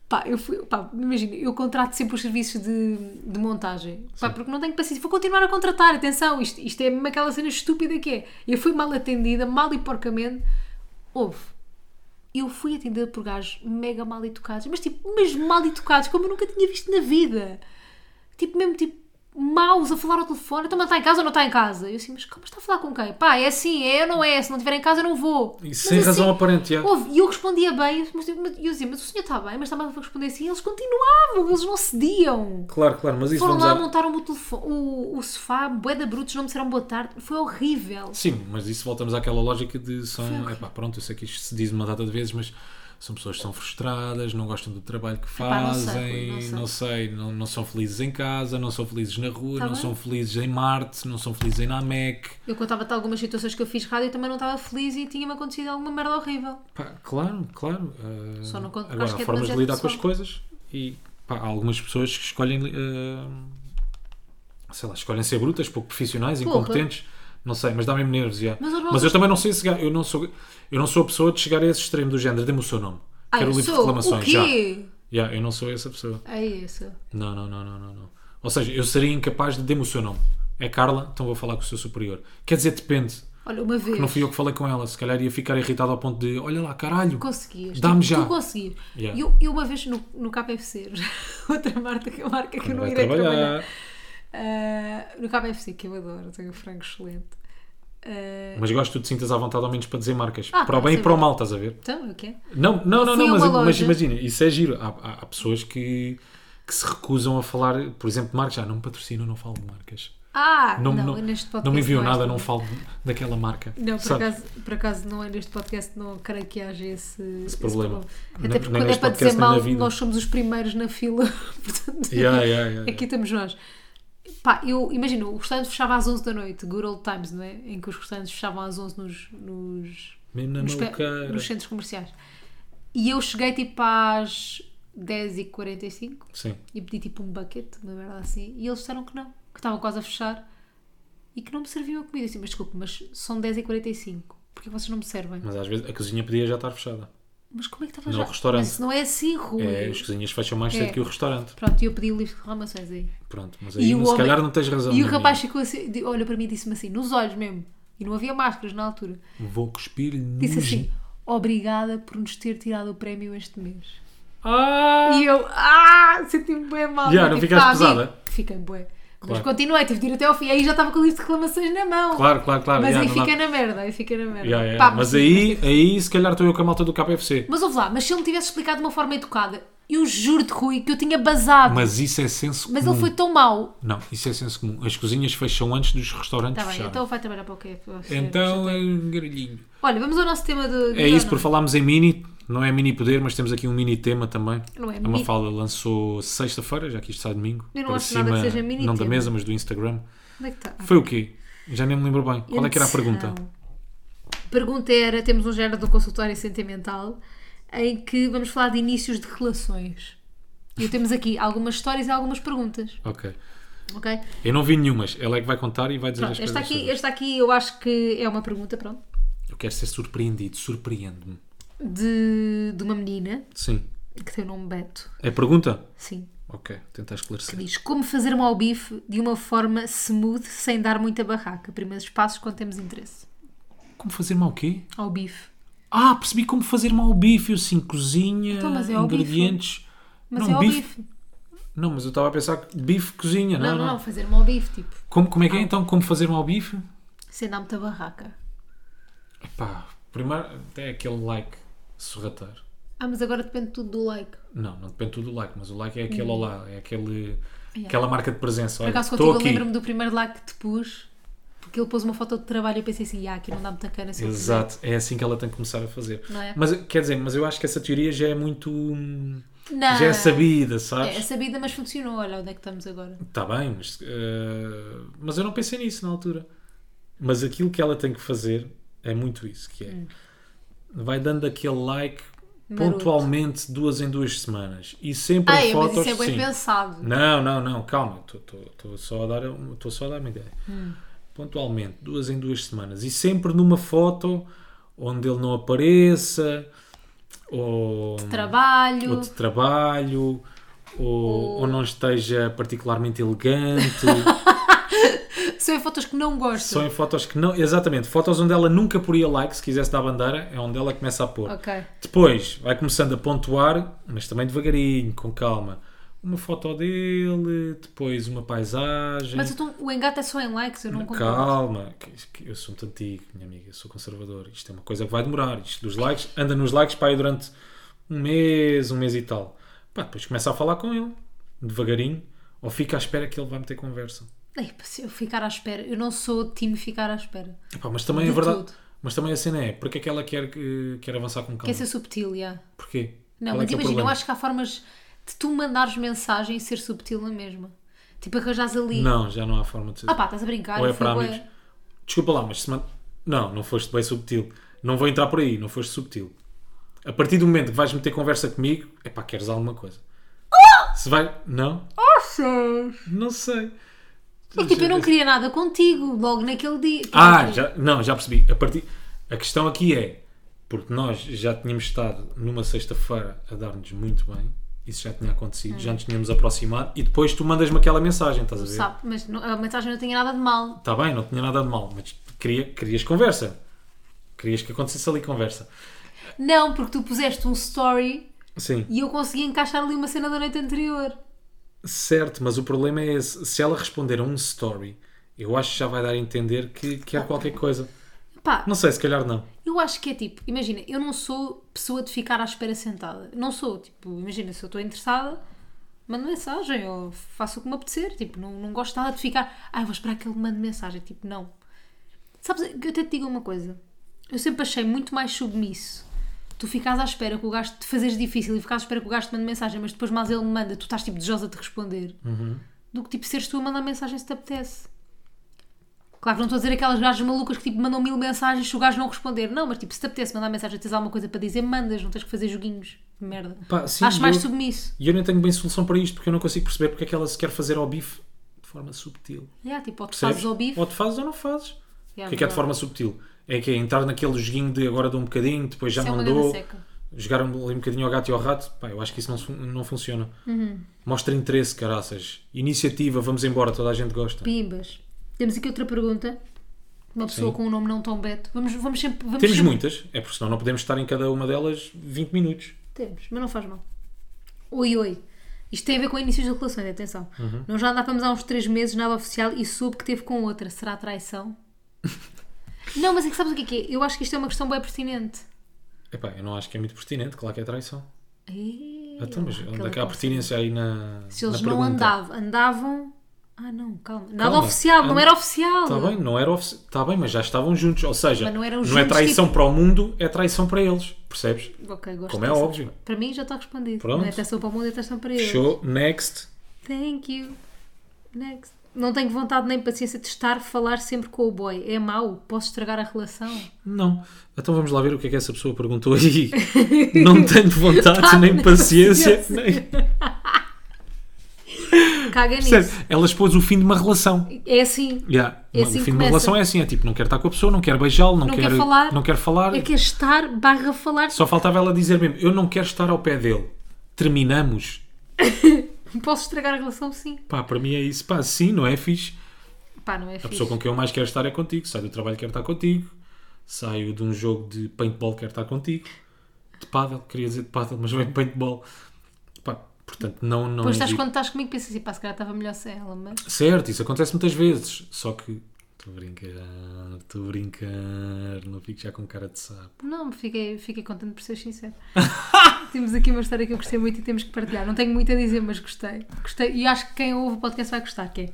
Pá, eu fui, pá, imagina, eu contrato sempre os serviços de, de montagem. Pá, porque não tenho paciência. Vou continuar a contratar, atenção, isto, isto é mesmo aquela cena estúpida que é. Eu fui mal atendida, mal e porcamente. Houve. Eu fui atendida por gajos mega mal educados, mas tipo, mesmo mal educados, como eu nunca tinha visto na vida. Tipo, mesmo tipo, maus a falar ao telefone. Então, mas está em casa ou não está em casa? Eu assim, mas como está a falar com quem? Pá, é assim, é ou não é? Se não estiver em casa, eu não vou. E Mas assim, sem razão aparente, já. Ouve, e eu respondia bem, mas eu, mas eu dizia, mas o senhor está bem, mas está mal a responder assim. E eles continuavam, eles não cediam. Claro, claro, mas isso Foram vamos lá, à... montaram o, telefone, o, o sofá, bué da brutos, não me disseram boa tarde. Foi horrível. Sim, mas isso voltamos àquela lógica de são. Epá, pronto, eu sei que isto se diz uma data de vezes, mas são pessoas que são frustradas, não gostam do trabalho que Epá, não sei, fazem, Rui, não não sei, não, não são felizes em casa, não são felizes na rua, Tá não bem. são felizes em Marte, não são felizes em Namek. Eu contava-te algumas situações que eu fiz rádio e também não estava feliz e tinha-me acontecido alguma merda horrível. Pá, claro, claro. ah, Só não conto- agora, acho que há é formas de demasiado lidar com as pessoal. coisas e pá, há algumas pessoas que escolhem, ah, sei lá, escolhem ser brutas, pouco profissionais, Porra. incompetentes, não sei, mas dá-me nervos. já. Mas, Mas, Arnaldo, eu também não sei se eu não sou eu não sou a pessoa de chegar a esse extremo do género, dê-me o seu nome. Ah, Quero eu o livro de sou. reclamações. O Já. quê? Já, eu não sou essa pessoa. É isso. Não, não, não, não, não, não. Ou seja, eu seria incapaz de dê-me o seu nome. É Carla, então vou falar com o seu superior. Quer dizer, depende. Olha, uma vez. Não fui eu que falei com ela. Se calhar ia ficar irritado ao ponto de olha lá, caralho. Conseguias. Dá-me Tu- já. Tu conseguias. Yeah. Eu, eu uma vez no, no KFC, *laughs* outra marca, que- marca que eu não Vai irei trabalhar, trabalhar. Ah, no KFC, que eu adoro, tenho um frango excelente. Ah, Mas gosto que tu te sintas à vontade ao menos para dizer marcas. Ah, para o bem sim. e para o mal, estás a ver? então, o quê? Não, não, não, Fui não a mas, uma mas loja. imagina, isso é giro. Há, há- há pessoas que, que se recusam a falar, por exemplo, de marcas. Ah, não me patrocina, não falo de marcas. Ah, não, Não, não, neste podcast. não me enviou é nada, este- não falo de- daquela marca. Não, por Sabe? acaso, por acaso não é neste podcast, não creio que haja esse, esse problema. Nem- Até porque quando nem é neste para podcast, dizer nem na mal, vida. nós somos os primeiros na fila. *laughs* Portanto, Yeah, yeah, yeah, aqui estamos nós. Pá, eu imagino, o restaurante fechava às 11 da noite, good old times, não é? Em que os restaurantes fechavam às 11 nos, nos, Mesmo na nos, pe- maluqueira. nos centros comerciais. E eu cheguei tipo às 10h45 Sim. e pedi tipo um bucket, uma merda assim, e eles disseram que não, que estavam quase a fechar e que não me serviam a comida. Eu Assim, mas desculpe, mas são 10h45, porque é vocês não me servem? Mas às vezes a cozinha podia já estar fechada. Mas como é que estava No já? restaurante. Mas isso não é assim, Rui. É, as cozinhas fecham mais cedo É. que o restaurante. Pronto, e eu pedi o livro de reclamações aí. Pronto, mas E aí o não- se homem- calhar não tens razão. E o meu rapaz ficou assim, de- olha para mim e disse-me assim, nos olhos mesmo, e não havia máscaras na altura, amigo. Vou cuspir disse nos... assim, obrigada por nos ter tirado o prémio este mês. Ah! E eu, ah, senti-me bem mal. Já, Eu, não tipo, ficaste "Pá, amigo." pesada? Fiquei bué. Mas Claro. continuei, tive de ir até ao fim. Aí já estava com o livro de reclamações na mão. Claro, claro, claro. Mas já, aí Ah, não fica dá- na merda, aí fica na merda. Já, já. Pá, Mas aí, aí se calhar estou eu com a malta do KFC. Mas ouve lá, mas se ele me tivesse explicado de uma forma educada, eu juro-te, Rui, que eu tinha basado. Mas, Mas isso é senso comum. ele foi tão mau. Não, isso é senso comum. As cozinhas fecham antes dos restaurantes Tá bem, fecharem. então vai trabalhar para o quê? Então é um grelhinho. Olha, vamos ao nosso tema de. É isso, por falarmos em mini, não é mini poder, mas temos aqui um mini tema também. Não é a mini- Mafalda lançou sexta-feira, já que isto sai domingo. Eu não para acho nada que seja mini Não tema. da mesa, mas do Instagram. Onde é que está? Foi o quê? Já nem me lembro bem. Qual é que era a pergunta? Então, a pergunta era: temos um género do consultório sentimental em que vamos falar de inícios de relações. E temos aqui algumas histórias e algumas perguntas, Ok. ok? Eu não vi nenhumas. Ela é que vai contar e vai dizer as Pronto, coisas. esta aqui, todas. esta aqui eu acho que é uma pergunta, pronto, Eu quero ser surpreendido. Surpreende-me. de, de uma menina Sim. que tem o nome Beto, É pergunta? sim, Ok. Tentar esclarecer. diz como fazer mal ao bife de uma forma smooth sem dar muita barraca. Primeiros passos quando temos interesse. Como fazer mal o quê? Ao bife. Ah, percebi como fazer mal o bife. Eu assim, cozinha, Então, mas é ao ingredientes. Mas não, é ao bife- bife. Não, mas eu estava a pensar que bife cozinha, não, Não, não. não, não, fazer mal ao bife, tipo, Como, como é que é então? Como fazer mal o bife? sem dar muita barraca. Pá, primeiro é aquele like sorrateiro. Ah, mas agora depende tudo do like. Não, não depende tudo do like, mas o like é aquele olá, é aquele, aquela marca de presença. Hum. Por Olha, acaso estou contigo eu aqui. lembro-me do primeiro like que te pus, porque ele pôs uma foto de trabalho e eu pensei assim, ah, aqui não dá muita cana. se eu fizer." Exato, é assim que ela tem que começar a fazer. Não é? Mas quer dizer, mas eu acho que essa teoria já é muito. hum, Não. Já é Ah. sabida, É, é sabes? sabida, mas funcionou. Olha onde é que estamos agora. Está Tá bem, mas, eh, mas eu não pensei nisso na altura. Mas aquilo que ela tem que fazer é muito isso, que é Hum. vai dando aquele like Maroto. pontualmente duas em duas semanas e sempre Ah, é, em mas fotos. isso é bem sim. pensado. Não, não, não, calma, estou só a dar um- tô só a dar uma ideia. Hum. Pontualmente, duas em duas semanas e sempre numa foto onde ele não apareça ou Trabalho. ou de trabalho, ou, ou não esteja particularmente elegante, *laughs* São em é fotos que não gosto. são em fotos que não. Exatamente, fotos onde ela nunca poria like, se quisesse dar bandeira, é onde ela começa a pôr. Ok. Depois vai começando a pontuar, mas também devagarinho, com calma. uma foto dele, depois uma paisagem. Mas então, o engate é só em likes, eu não concordo. Calma, que- que eu sou muito antigo, minha amiga, eu sou conservador. Isto é uma coisa que vai demorar. Isto dos likes, anda nos likes para aí durante um mês, um mês e tal. Pá, depois começa a falar com ele, devagarinho, ou fica à espera que ele vai meter conversa. Ei, pá, se eu ficar à espera, eu não sou time ficar à espera. Epá, mas também De é verdade. tudo. Mas também a cena é, porque é que ela quer, que- quer avançar com calma? Quer ser subtil, já. Porquê? Não, Qual é mas que imagina, é o eu problema? acho que há formas de tu mandares mensagem e ser subtil na mesma. Tipo, arranjas ali. Não, já não há forma de ser. Ah pá, estás a brincar? ou é eu fui para bué- amigos. Desculpa lá, mas se man- Não, não foste bem subtil. Não vou entrar por aí, não foste subtil. A partir do momento que vais meter conversa comigo, é pá, queres alguma coisa. Se vai. Não? Achas? Não sei. É tipo, eu não queria nada contigo logo naquele dia. Ah, Tipo, já, não, já percebi. A, partir... a questão aqui é, porque nós já tínhamos estado numa sexta-feira a dar-nos muito bem, isso já tinha acontecido, já nos tínhamos aproximado e depois tu mandas-me aquela mensagem, estás a ver? Sabe, mas não- a mensagem não tinha nada de mal. Está bem, não tinha nada de mal, mas queria, querias conversa. Querias que acontecesse ali conversa. Não, porque tu puseste um story Sim. e eu consegui encaixar ali uma cena da noite anterior. Certo, mas o problema é esse. Se ela responder a um story, eu acho que já vai dar a entender que quer qualquer coisa. Pá, Não sei, se calhar não. eu acho que é tipo, imagina, eu não sou pessoa de ficar à espera sentada. Não sou, tipo, imagina, se eu estou interessada, mando mensagem ou faço o que me apetecer. Tipo, não, não gosto nada de ficar, ai, vou esperar que ele me mande mensagem. Tipo, não. Sabes, eu até te digo uma coisa. Eu sempre achei muito mais submisso. Tu ficas à espera que o gajo te fazeres difícil e ficas à espera que o gajo te mande mensagem, mas depois mais ele me manda, tu estás tipo desejosa de responder. Uhum. Do que tipo seres tu a mandar mensagem se te apetece. Claro que não estou a dizer aquelas gajas malucas que tipo mandam mil mensagens se o gajo não responder. Não, mas tipo, se te apetece mandar mensagem, tens alguma coisa para dizer, mandas, não tens que fazer joguinhos. de Merda. Pá, sim, Acho mais eu- submisso. E eu nem tenho bem solução para isto, porque eu não consigo perceber porque é que ela se quer fazer ao bife de forma subtil. Yeah, tipo, ou te Percebes? fazes ao bife. Ou te fazes ou não fazes. Yeah, o que é que é de verdade. forma subtil? É que é entrar naquele joguinho de agora dou um bocadinho, depois já Isso é uma mandou, grande seca. jogar um, ali um bocadinho ao gato e ao rato. Pá, eu acho que isso não, se fun- não funciona. Uhum. Mostra interesse, caraças. Iniciativa, vamos embora, toda a gente gosta. Pimbas. Temos aqui outra pergunta. Uma pessoa Sim. com um nome não tão beto. Vamos, vamos sempre. Vamos Temos sempre- muitas, é porque senão não podemos estar em cada uma delas 20 minutos. Temos, mas não faz mal. Oi, oi. Isto tem a ver com inícios de relações, atenção. Uhum. Não já andávamos há uns 3 meses, nada oficial, e soube que teve com outra. Será *laughs* traição? não, mas é que sabes o que é que é? Eu acho que isto é uma questão bem pertinente. Epá, eu não acho que é muito pertinente, claro que é traição. Ei, Então, mas aquela onde é que há conversa. pertinência aí na. Se eles na não pergunta? andavam, andavam. Ah, não, calma. Nada Calma. oficial, não And- era oficial. Está bem, não era ofici- tá bem, mas já estavam juntos. Ou seja, Mas não não, eram é juntos, tipo- traição para o mundo, é traição para eles. Percebes? Ok, gosto Como é dessa. óbvio. Para mim já está respondido. Pronto. Não é atenção para o mundo, é atenção para ele. Show, next. Thank you. Next. Não tenho vontade nem paciência de estar a falar sempre com o boy. É mau? Posso estragar a relação? Não. Então vamos lá ver o que é que essa pessoa *laughs* perguntou aí. não tenho vontade Tá nem paciência. Nem... Caga Percebes? nisso. Ela expôs o fim de uma relação. É assim. Yeah. É assim que o fim de uma começa. relação é assim: é tipo, não quero estar com a pessoa, não quero beijá-lo, não, Não quero quero falar. Não quero falar. É que é estar barra falar. Só faltava ela dizer mesmo: eu não quero estar ao pé dele. Terminamos. Posso estragar a relação? Sim. Pá, para mim é isso. Pá, sim, não é fixe. Pá, não é A pessoa com quem eu mais quero estar é contigo. Saio do trabalho, quero estar contigo. Saio de um jogo de paintball, quero estar contigo. De paddle, queria dizer de paddle, mas vem paintball. Pá, portanto, não, não Depois estás indico. quando estás comigo pensas assim, pá, se calhar estava melhor sem ela, mas... Certo, isso acontece muitas vezes. Só que. Estou a brincar, estou a brincar. Não fico já com cara de sapo. Não, fiquei, fiquei contente por ser *laughs* sincero. Temos aqui uma história que eu gostei muito e temos que partilhar. Não tenho muito a dizer, mas gostei. gostei. E acho que quem ouve o podcast vai gostar, que é...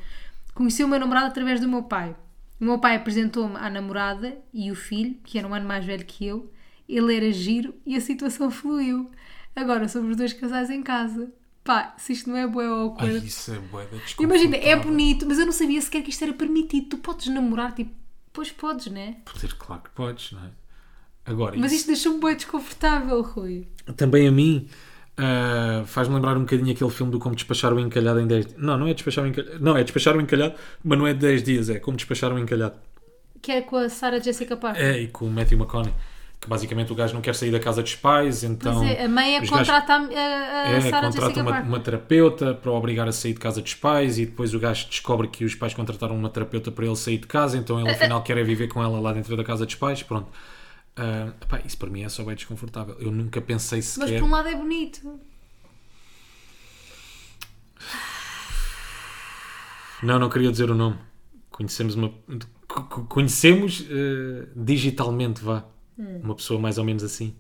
Conheci o meu namorado através do meu pai. O meu pai apresentou-me à namorada e o filho, que era um ano mais velho que eu. Ele era giro e a situação fluiu. Agora somos os dois casais em casa. Pá, se isto não é boa ou Ai, coisa... isso é boa Imagina, é bonito, mas eu não sabia sequer que isto era permitido. Tu podes namorar, tipo... Pois podes, né? Poder, claro que podes, não é? Agora, Mas isso- isto deixou-me bem desconfortável, Rui. também a mim ah, faz-me lembrar um bocadinho aquele filme do Como Despachar o Encalhado em 10 dias. Não, não é despachar o encalhado. Não, é despachar o encalhado, mas não é de 10 dias, é como despachar o encalhado. Que é com a Sarah Jessica Parker. É, e com o Matthew McConaughey. Que basicamente o gajo não quer sair da casa dos pais, então. Pois é, a mãe é que os gajos- contrata a, a- a É, Sarah contrata Jessica uma, Parker. uma terapeuta para o obrigar a sair de casa dos pais e depois o gajo descobre que os pais contrataram uma terapeuta para ele sair de casa, então ele afinal quer é viver com ela lá dentro da casa dos pais. Pronto. Ah, pá, isso para mim é só bem um é desconfortável. Eu nunca pensei Mas sequer. por um lado é bonito. Não, não queria dizer o nome. Conhecemos uma. co- co- Conhecemos eh, digitalmente, vá. Hum. Uma pessoa mais ou menos assim.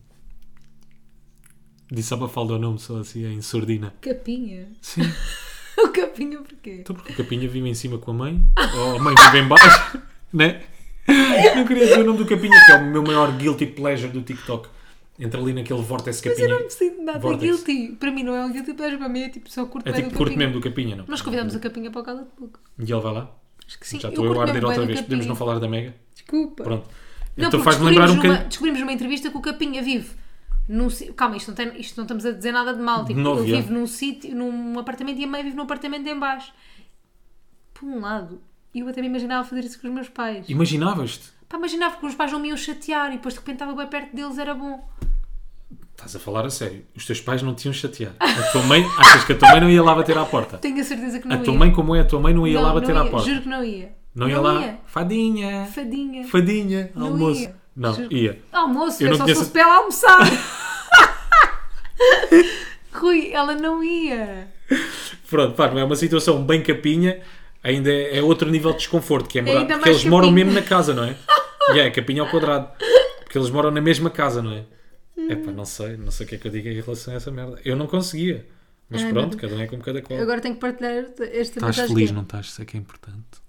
Disse a Bafalda o nome, só assim, em sordina. Capinha. Sim. *laughs* O capinha porquê? Então porque o Capinha vive em cima com a mãe, ou a mãe vive em baixo, *laughs* né? Não queria dizer o nome do Capinha, que é o meu maior guilty pleasure do TikTok. Entra ali naquele vórtice Mas eu Capinha. não me sinto nada Vortex. guilty. Para mim não é um guilty pleasure, para mim é tipo só curto É bué tipo, do curto capinha. mesmo do Capinha, não? Nós convidamos a capinha para o Cala de Boca. E ele vai lá? Acho que sim. Já estou eu curto a arder mesmo bué outra do vez. Podemos Capinha. não falar da Mega? Desculpa. Pronto. Não, então porque faz-me lembrar descobrimos um numa- bocadinho. Descobrimos numa entrevista que o Capinha vive num si- Calma, isto não, tem- isto não estamos a dizer nada de mal. Tipo, Novo, ele é. vive num sítio, num apartamento e a mãe vive num apartamento em baixo. Por um lado, eu até me imaginava fazer isso com os meus pais. Imaginavas-te? Pá, imaginava que os pais não me iam chatear e depois de repente estava bem perto deles, era bom. Estás a falar a sério. Os teus pais não te iam chatear. A tua mãe, achas que a tua mãe não ia lá bater à *laughs* porta? Tenho a certeza que não A ia. tua mãe, como é a tua mãe, não ia não, lá bater não à ia. porta. Juro que não ia. Não ia lá. Fadinha. Fadinha. Fadinha. Não Almoço. ia. Não, Juro. ia. Almoço, Eu eu não só conheço- fosse para ela almoçar. *laughs* Rui, ela não ia. Pronto, pá, não é uma situação bem capinha, ainda é, é outro nível de desconforto, que é morar, ainda porque mais eles moram capinha. mesmo na casa, *laughs* não é? E é, capinha ao quadrado. Porque eles moram na mesma casa, não é? Hum. É pá, não sei, não sei o que é que eu digo em relação a essa merda. Eu não conseguia. Mas Ai, pronto, cada um é como cada qual. Eu Ah, agora tenho que partilhar esta- esta Estás mensagem feliz, que é- não estás? Isso é que é importante.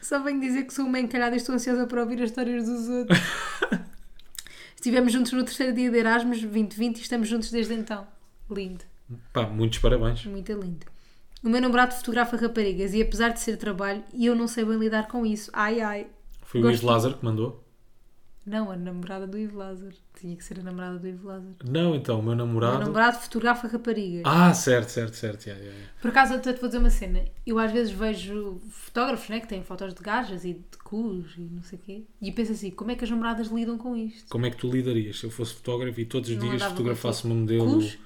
Só venho dizer que sou uma encalhada e estou ansiosa para ouvir as histórias dos outros. Estivemos juntos no terceiro dia de Erasmus 2020 e estamos juntos desde então. Lindo, Pá, muitos parabéns. muito lindo. O meu namorado fotografa raparigas e apesar de ser trabalho, eu não sei bem lidar com isso. Ai ai. Foi o Gosto. Luís Lázaro que mandou. Não, a namorada do Ivo Lázaro. Tinha que ser a namorada do Ivo Lázaro. Não, então, o meu O meu namorado. namorado fotografa raparigas. Ah, certo, certo, certo. já, já, já. Por acaso, eu te vou dizer uma cena. Eu às vezes vejo fotógrafos, né, que têm fotos de gajas e de cus e não sei o quê. E penso assim, como é que as namoradas lidam com isto? Como é que tu lidarias se eu fosse fotógrafo e todos os Não dias andava com fotografasse tudo. um modelo? Cus?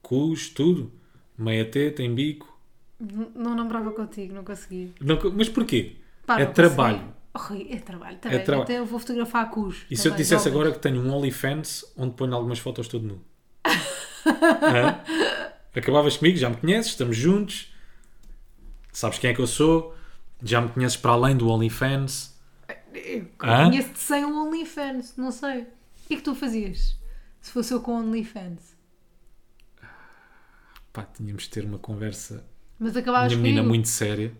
Cus, tudo. Meia teta, em bico. N- Não namorava contigo, não conseguia. Não, mas porquê? Pá, é não trabalho. conseguia. Oh, Rui, é trabalho também. É traba- Até eu vou fotografar cus. E se eu te também, dissesse jovens. agora que tenho um OnlyFans onde ponho algumas fotos todo *laughs* nu? Hã? Acabavas comigo, já me conheces, estamos juntos, sabes quem é que eu sou, já me conheces para além do OnlyFans. Hã? Conheço-te sem o OnlyFans, não sei. O que é que tu fazias? Se fosse eu com OnlyFans. Pá, tínhamos de ter uma conversa, Mas acabavas minha menina, comigo? muito séria.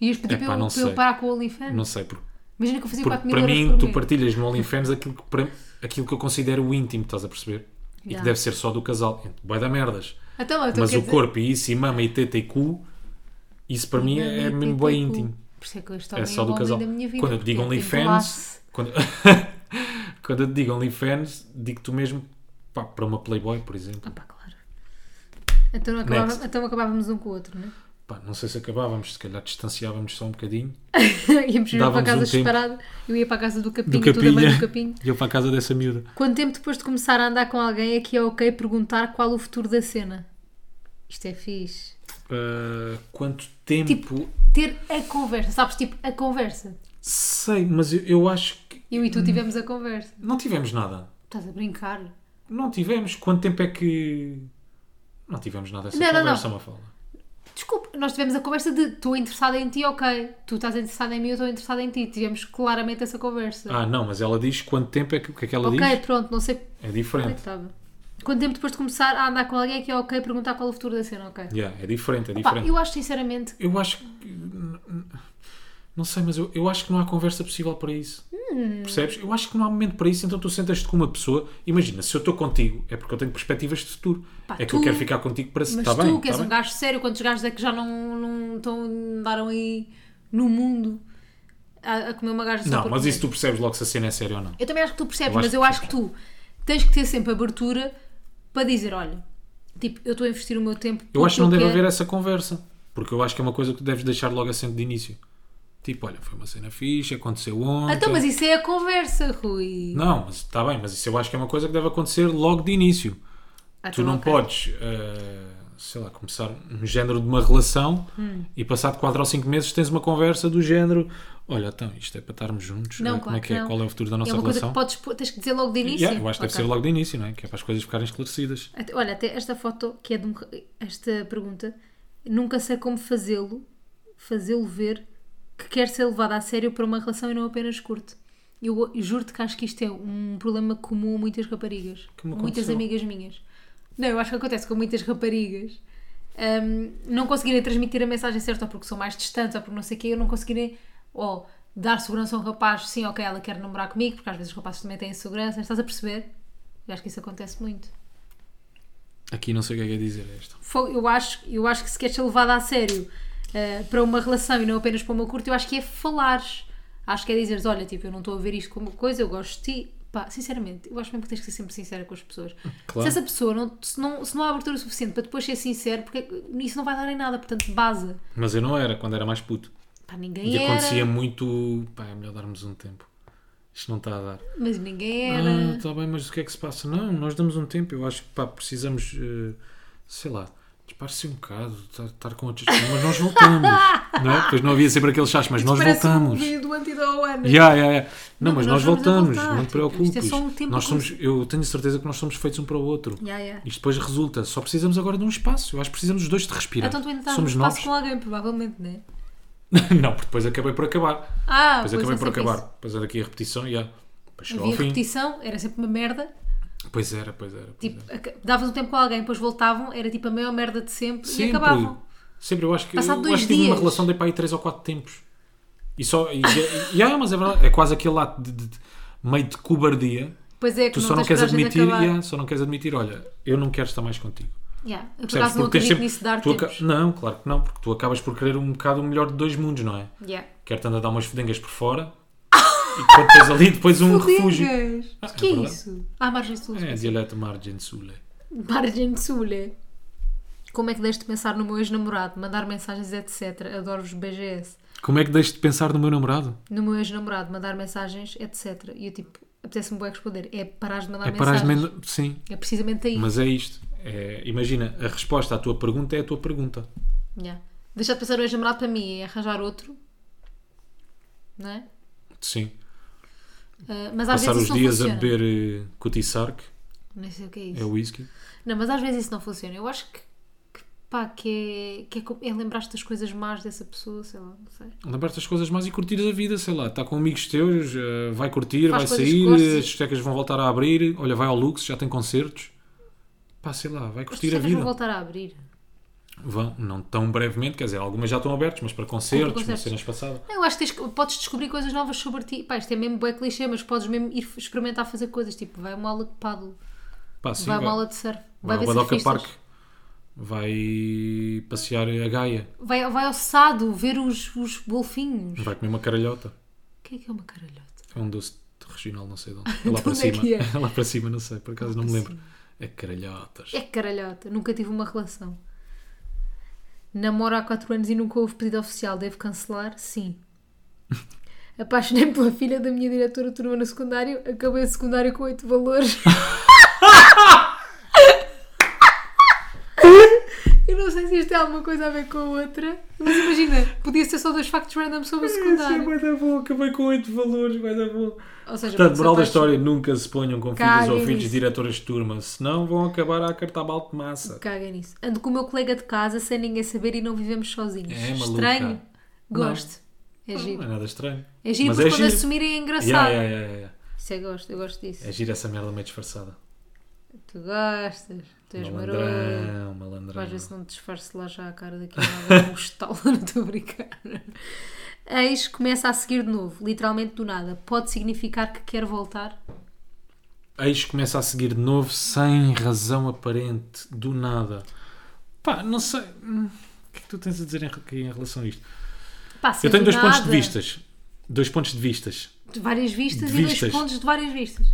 Ias pedir Epá, para, não eu, para eu sei. parar com o OnlyFans? Não sei, porque, Imagina que eu fazia porque 4 mil para euros mim, por tu mês. partilhas no OnlyFans aquilo que, para- aquilo que eu considero o íntimo, estás a perceber? E que Já. deve ser só do casal. Vai dar merdas. Então, então Mas quer o dizer- corpo e isso, e mama e teta e cu, isso para mim é Mamita mesmo e bem cu. íntimo. Por isso é que eu estou É só do casal. da minha vida. Quando eu te digo porque é tenho OnlyFans, laço. quando, *laughs* quando eu te digo OnlyFans, digo-te o mesmo pá, para uma Playboy, por Ah exemplo. pá, claro. Então, Next. acabava, então acabávamos um com o outro, não é? Pá, não sei se acabávamos, se calhar distanciávamos só um bocadinho. *laughs* Íamos mesmo para Dávamos a casa um tempo. separada. Eu ia para a casa do capinho, Do é. tu da mãe capinha, do capinho. e eu para a casa dessa miúda. Quanto tempo depois de começar a andar com alguém é que é ok perguntar qual o futuro da cena? Isto é fixe. Ah, quanto tempo? Tipo- Ter a conversa, sabes? Tipo, a conversa. Sei, mas eu, eu acho que Eu e tu tivemos a conversa. não tivemos nada. Estás a brincar? Não tivemos. Quanto tempo é que. Não tivemos nada essa Não, não, conversa, não. uma fala. Desculpa, nós tivemos a conversa de estou interessada em ti, ok. Tu estás interessada em mim, eu estou interessada em ti. Tivemos claramente essa conversa. Ah, não, mas ela diz quanto tempo é que. O que é que ela ok, diz? pronto, não sei Onde É é diferente. que estava? Quanto tempo depois de começar a andar com alguém é que é ok perguntar qual é o futuro da cena, ok? Yeah, é diferente, é Pá, diferente. eu acho sinceramente. eu... acho que. n- n- Não sei, mas eu, eu acho que não há conversa possível para isso. Hum. Percebes? Eu acho que não há momento para isso, então tu sentas-te com uma pessoa. Imagina, se eu estou contigo, é porque eu tenho perspectivas de futuro. Pá, é que tu- eu quero ficar contigo para se. Mas Está tu, bem, que és tá um bem. gajo sério, quantos gajos é que já não, não estão, andaram aí no mundo a, a comer uma gaja só Não, por mas comer? isso tu percebes logo se a cena é séria ou não. Eu também acho que tu percebes, Eu acho mas que eu acho que tu tens que ter sempre abertura para dizer: olha, tipo, eu estou a investir o meu tempo. Eu acho que não deve quero. haver essa conversa, porque eu acho que é uma coisa que tu deves deixar logo assente de início. Tipo, olha, foi uma cena fixe, aconteceu ontem. Então, mas isso é a conversa, Rui. Não, mas está bem, mas isso eu acho que é uma coisa que deve acontecer logo de início. Ah, Tu então, não ok. podes, eh, sei lá, começar um género de uma relação Hum. e passado 4 ou 5 meses tens uma conversa do género: olha, então isto é para estarmos juntos, Não, eh, como claro é que é, que não. qual é o futuro da nossa É uma coisa relação? que podes, pôr- tens que dizer logo de início. Yeah, eu acho que deve Ok. ser logo de início, não é? Que é para as coisas ficarem esclarecidas. Até- Olha, até esta foto, que é de um. Esta pergunta nunca sei como fazê-lo, fazê-lo ver que quer ser levado a sério para uma relação e não apenas curto. Eu juro-te que acho que isto é um problema comum a muitas raparigas, Que me muitas aconteceu. amigas minhas. Não, eu acho que acontece com muitas raparigas hum, não conseguirem transmitir a mensagem certa, ou porque são mais distantes, ou porque não sei o quê, ou não conseguirem ou dar segurança a um rapaz, sim, ok, ela quer namorar comigo, porque às vezes os rapazes também têm segurança, estás a perceber? Eu acho que isso acontece muito. Aqui não sei o que é que é dizer a esta. Fo- eu acho, eu acho que se queres ser levada a sério eh, para uma relação e não apenas para uma curta, eu acho que é falares. Acho que é dizeres, olha, tipo, eu não estou a ver isto como coisa, eu gosto de ti. Pá, sinceramente, eu acho mesmo que tens que ser sempre sincera com as *laughs* pessoas. Claro. Se essa pessoa não, se não, se não há abertura suficiente para depois ser sincero, porque é que isso não vai dar em nada, portanto, baza. Mas eu não era, quando era mais puto. Pá, ninguém E era. acontecia muito. Pá, é melhor darmos um tempo. Isto não está a dar. Mas ninguém Ah, era. está bem, mas o que é que se passa? Não, nós damos um tempo. Eu acho que pá, precisamos, eh, sei lá, dispar-se um bocado, tá- estar com outras pessoas. Mas *laughs* nós voltamos, não é? Pois não havia sempre aquele chás, mas nós Parece voltamos. é- Um do antigo ao ano. Ya, ya, ya. Não, Não, mas nós mas nós, vamos a voltamos, voltar. não te Tipo, preocupes. isto é só um tempo nós a somos, eu tenho certeza que nós somos feitos um para o outro. Ya, ya. Isto depois resulta, só precisamos agora de um espaço. Eu acho que precisamos os dois de respirar. Então tu ainda estás no somos espaço nós. com alguém, provavelmente, não é? *laughs* não, porque depois acabei por acabar. Ah, Depois pois acabei é por sempre acabar. isso. Depois era aqui a repetição, já. Depois chegou ao Havia fim. repetição, era sempre uma merda. Pois era, pois era. Pois Tipo, era. aca- davas um tempo com alguém, depois voltavam, era tipo a maior merda de sempre e Sempre. acabavam. Sempre, eu acho que. Passado eu dois acho que tive uma dias. relação de para aí 3 ou 4 tempos. E só. E, e- e- ah, mas é verdade. É quase aquele ato de, de- de- meio de cobardia. Pois é, que Tu não só não tens queres coragem de admitir. acabar. yeah, só não queres admitir, olha, eu não quero estar mais contigo. Yeah. Eu por Percebes? acaso não Porque tens acredito nisso de dar tu aca- tempos. Não, claro que não, porque tu acabas por querer um bocado o melhor de dois mundos, não é? Yeah. Quer-te andar a dar umas fedengas *laughs* por fora e quando tens ali depois um refúgio. Fudengas. Ah, é que é, verdade. isso? Ah, margem sul. É, dialeto margem sule. Margem sul. é. Como é que deste de pensar no meu ex-namorado? Mandar mensagens, etc. Adoro-vos BGS. Como é que deixo de pensar no meu namorado? No meu ex-namorado, mandar mensagens, etc. E eu tipo, apetece-me bem responder. É parar de mandar É parar de... mensagens. men- Sim, É precisamente aí. Mas é isto. É, imagina, a resposta à tua pergunta é a tua pergunta. Yeah. Deixar de pensar no ex-namorado para mim é arranjar outro. Não é? Sim. Ah, mas às Passar vezes os isso dias não a funciona. beber uh, cutiçarque, Nem sei o que é isso. é o whisky. Não, mas às vezes isso não funciona. Eu acho que, que pá, que é, que é, co- é lembrar-te das coisas más dessa pessoa, sei lá, não sei. Lembrar-te das coisas mais e curtir a vida, sei lá. Está com amigos teus, uh, vai curtir, Faz coisas vai que sair, gostes. as discotecas vão voltar a abrir. Olha, vai ao Lux, já tem concertos. Pá, sei lá, vai As curtir a pessoas vão vida. voltar a abrir. Vão, não tão brevemente, quer dizer, algumas já estão abertas, mas para concertos, para concertos. cenas passadas. Não, Eu acho que tens que- podes descobrir coisas novas sobre ti. Pá, isto é mesmo bué clichê, mas podes mesmo ir f- experimentar fazer coisas. Tipo, vai a uma aula de paddle, Pá, sim, vai a vai, uma aula de surf, vai vai, ao ver Badoca surfistas, Park, vai passear a Gaia, Vai, vai ao sado ver os, os golfinhos. vai comer uma caralhota. O que é que é uma caralhota? É um doce regional, *laughs* não sei de onde. É lá De para onde é cima. que *laughs* É? é? lá para cima, não sei, por acaso não me para lembro. É caralhotas. É caralhota, nunca tive uma relação. Namoro há 4 anos e nunca houve pedido oficial, devo cancelar? Sim. Apaixonei-me pela filha da minha diretora de turma no secundário, acabei o secundário com 8 valores. Eu não sei se isto tem alguma coisa a ver com a outra, mas imagina, podia ser só dois factos random sobre o secundário. da bom, acabei com 8 valores, vai dar bom. Ou seja, Portanto, se moral apaixon- da história, nunca se ponham com filhas Caguem ou filhos de nisso. diretoras de turma, senão vão acabar a cartabal de massa. Caga nisso. Ando com o meu colega de casa sem ninguém saber e não vivemos sozinhos. É, maluca. Estranho? Não. Gosto. É Não giro. é nada estranho. É giro Mas porque é quando giro. assumirem é engraçado. Ya, ya, ya, ya, ya. Isso é gosto, eu gosto disso. É giro essa merda meio disfarçada. Tu gostas, tu és maroto. Malandrão, malandrão. Vais ver se não te disfarce lá já a cara daquele lado, um estalo, *laughs* não estou a brincar. Eis começa a seguir de novo, literalmente do nada. Pode significar que quer voltar? Eis começa a seguir de novo sem razão aparente, do nada. Pá, não sei. hum, O que é que tu tens a dizer em, re- em relação a isto? Pá, se Eu é tenho do dois pontos de nada, vistas. Dois pontos de vistas. de várias vistas De e vistas. dois pontos de várias vistas.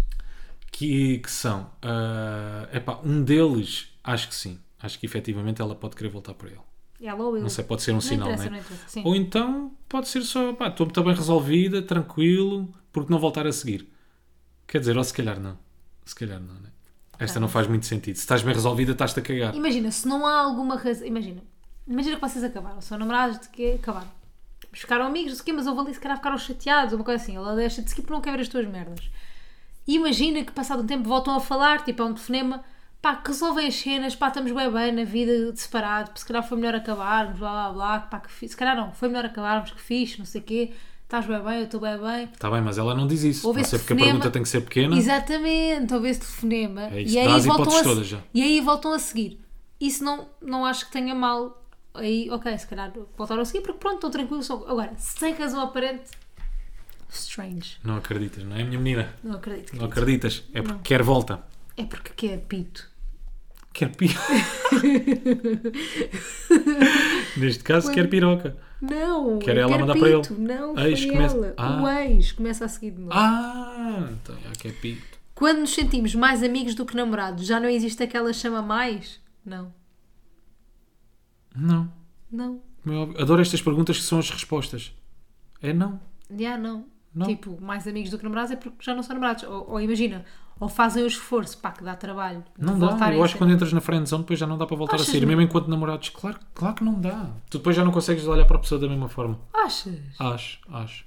Que, que são. ah, epá, um deles, acho que sim. Acho que efetivamente ela pode querer voltar para ele. Ela ou eu. Não sei, pode ser um não sinal, interessa, né? não interessa. Sim. Ou então pode ser só. Pá, estou muito bem resolvida, tranquilo, porque não voltar a seguir. Quer dizer, ou se calhar não. Se calhar não, né? Tá. Esta não faz muito sentido. Se estás bem resolvida, estás-te a cagar. Imagina, se não há alguma razão. Imagina, imagina que vocês acabaram, são namorados de que acabaram. Mas Ficaram amigos, não sei o quê, mas houve ali se calhar ficaram chateados, uma coisa assim. Ela deixa de seguir porque não quer ver as tuas merdas. E imagina que passado um tempo voltam a falar, tipo, é um telefonema. pá, que resolvem as cenas, pá, estamos bem bem na vida de separado, se calhar foi melhor acabarmos, blá blá blá, pá, que fixe, se calhar não, foi melhor acabarmos, que fixe, não sei o quê, estás bem bem, eu estou bem bem. Está Tá bem, mas ela não diz isso. Houve não esse sei porque a telefonema. pergunta tem que ser pequena. Exatamente, houve esse telefonema. É isso, dá as hipóteses a, se- todas já. e aí voltam a seguir. Isso não, não acho que tenha mal. Aí, ok, se calhar voltaram a seguir, porque pronto, estão tranquilos. são- Agora, sem razão aparente, strange. Não acreditas, não é, minha menina? Não acredito. Não acreditas. É porque quer volta. É porque quer pito. *laughs* Quer piroca. Neste caso, quer piroca. Não, Quer é ela quer mandar para pito. ele. Não, Ex foi começa- ela. Ah. O ex começa a seguir de novo. Ah, então já quer pito. Quando nos sentimos mais amigos do que namorados, já não existe aquela chama mais? Não. Não. Não. Como é óbvio. Adoro estas perguntas que são as respostas. É não. Já "Ah, não. Não. Tipo, mais amigos do que namorados é porque já não são namorados. Ou, ou imagina, ou fazem o esforço, pá, que dá trabalho. de Não dá. voltarem Eu a acho que ser- quando entras na friend zone depois já não dá para voltar Achas a sair, mesmo enquanto namorados. Claro, claro que não dá. Tu depois já não consegues olhar para a pessoa da mesma forma. Achas? Acho, acho.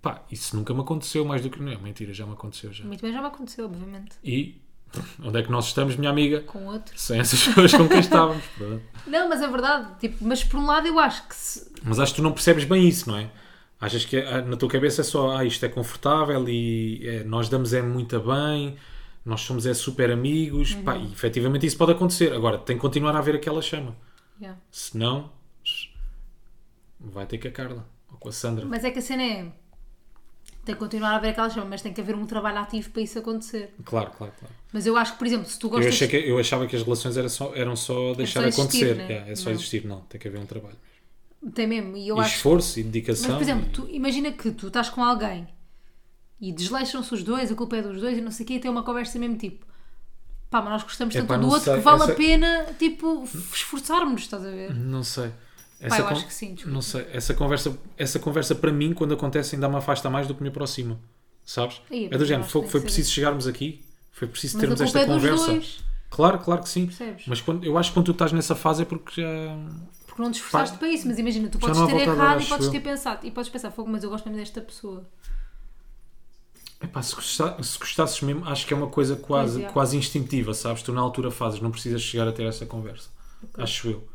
Pá, isso nunca me aconteceu mais do que. Não, é mentira, já me aconteceu já. Muito bem, já me aconteceu, obviamente. E *laughs* onde é que nós estamos, minha amiga? Com outros. Sem essas *laughs* pessoas com quem estávamos. Pronto. Não, mas é verdade. Tipo, mas por um lado eu acho que se... Mas acho que tu não percebes bem isso, não é? Achas que ah, na tua cabeça é só ah, isto é confortável e é, nós damos é muito a bem, nós somos é super amigos, pá, Uhum. e efetivamente isso pode acontecer. Agora, tem que continuar a haver aquela chama. Yeah. Senão, vai ter com a Carla ou com a Sandra. Mas é que a cena é... Tem que continuar a haver aquela chama, mas tem que haver um trabalho ativo para isso acontecer. Claro, claro, claro. Mas eu acho que, por exemplo, se tu Eu, gostas... É achei que- eu achava que as relações eram só, eram só deixar só existir, acontecer. né? Yeah, é só Não. existir, não. Tem que haver um trabalho. Tem mesmo, e eu e acho esforço e Mas, dedicação. por exemplo, e- tu, imagina que tu estás com alguém e desleixam-se os dois, a culpa é dos dois e não sei o quê, e tem uma conversa mesmo tipo pá, mas nós gostamos tanto Epá, do não outro sei, Hum. que vale essa- a pena, tipo, esforçarmos, estás a ver? Não sei. Pá, eu con- acho que sim, desculpa. Não sei. Essa conversa, essa conversa para mim, quando acontece, ainda me afasta mais do que me aproxima. Sabes? Aí, é do mas género. acho que Foi, tem que ser foi preciso chegarmos aqui. Foi preciso Mas termos a culpa esta é dos conversa. dois. Claro, claro que sim. Percebes? Mas quando, eu acho que quando tu estás nessa fase é porque já. Porque não te esforçaste Pá, para isso, mas imagina, tu já podes não há ter volta a dar, errado e acho podes eu. ter pensado, e podes pensar, fogo, mas eu gosto mesmo desta pessoa. Epá, se, gosta, se gostasses mesmo, acho que é uma coisa quase, Pois é. quase instintiva, sabes? Tu na altura fazes, não precisas chegar a ter essa conversa. Acho eu.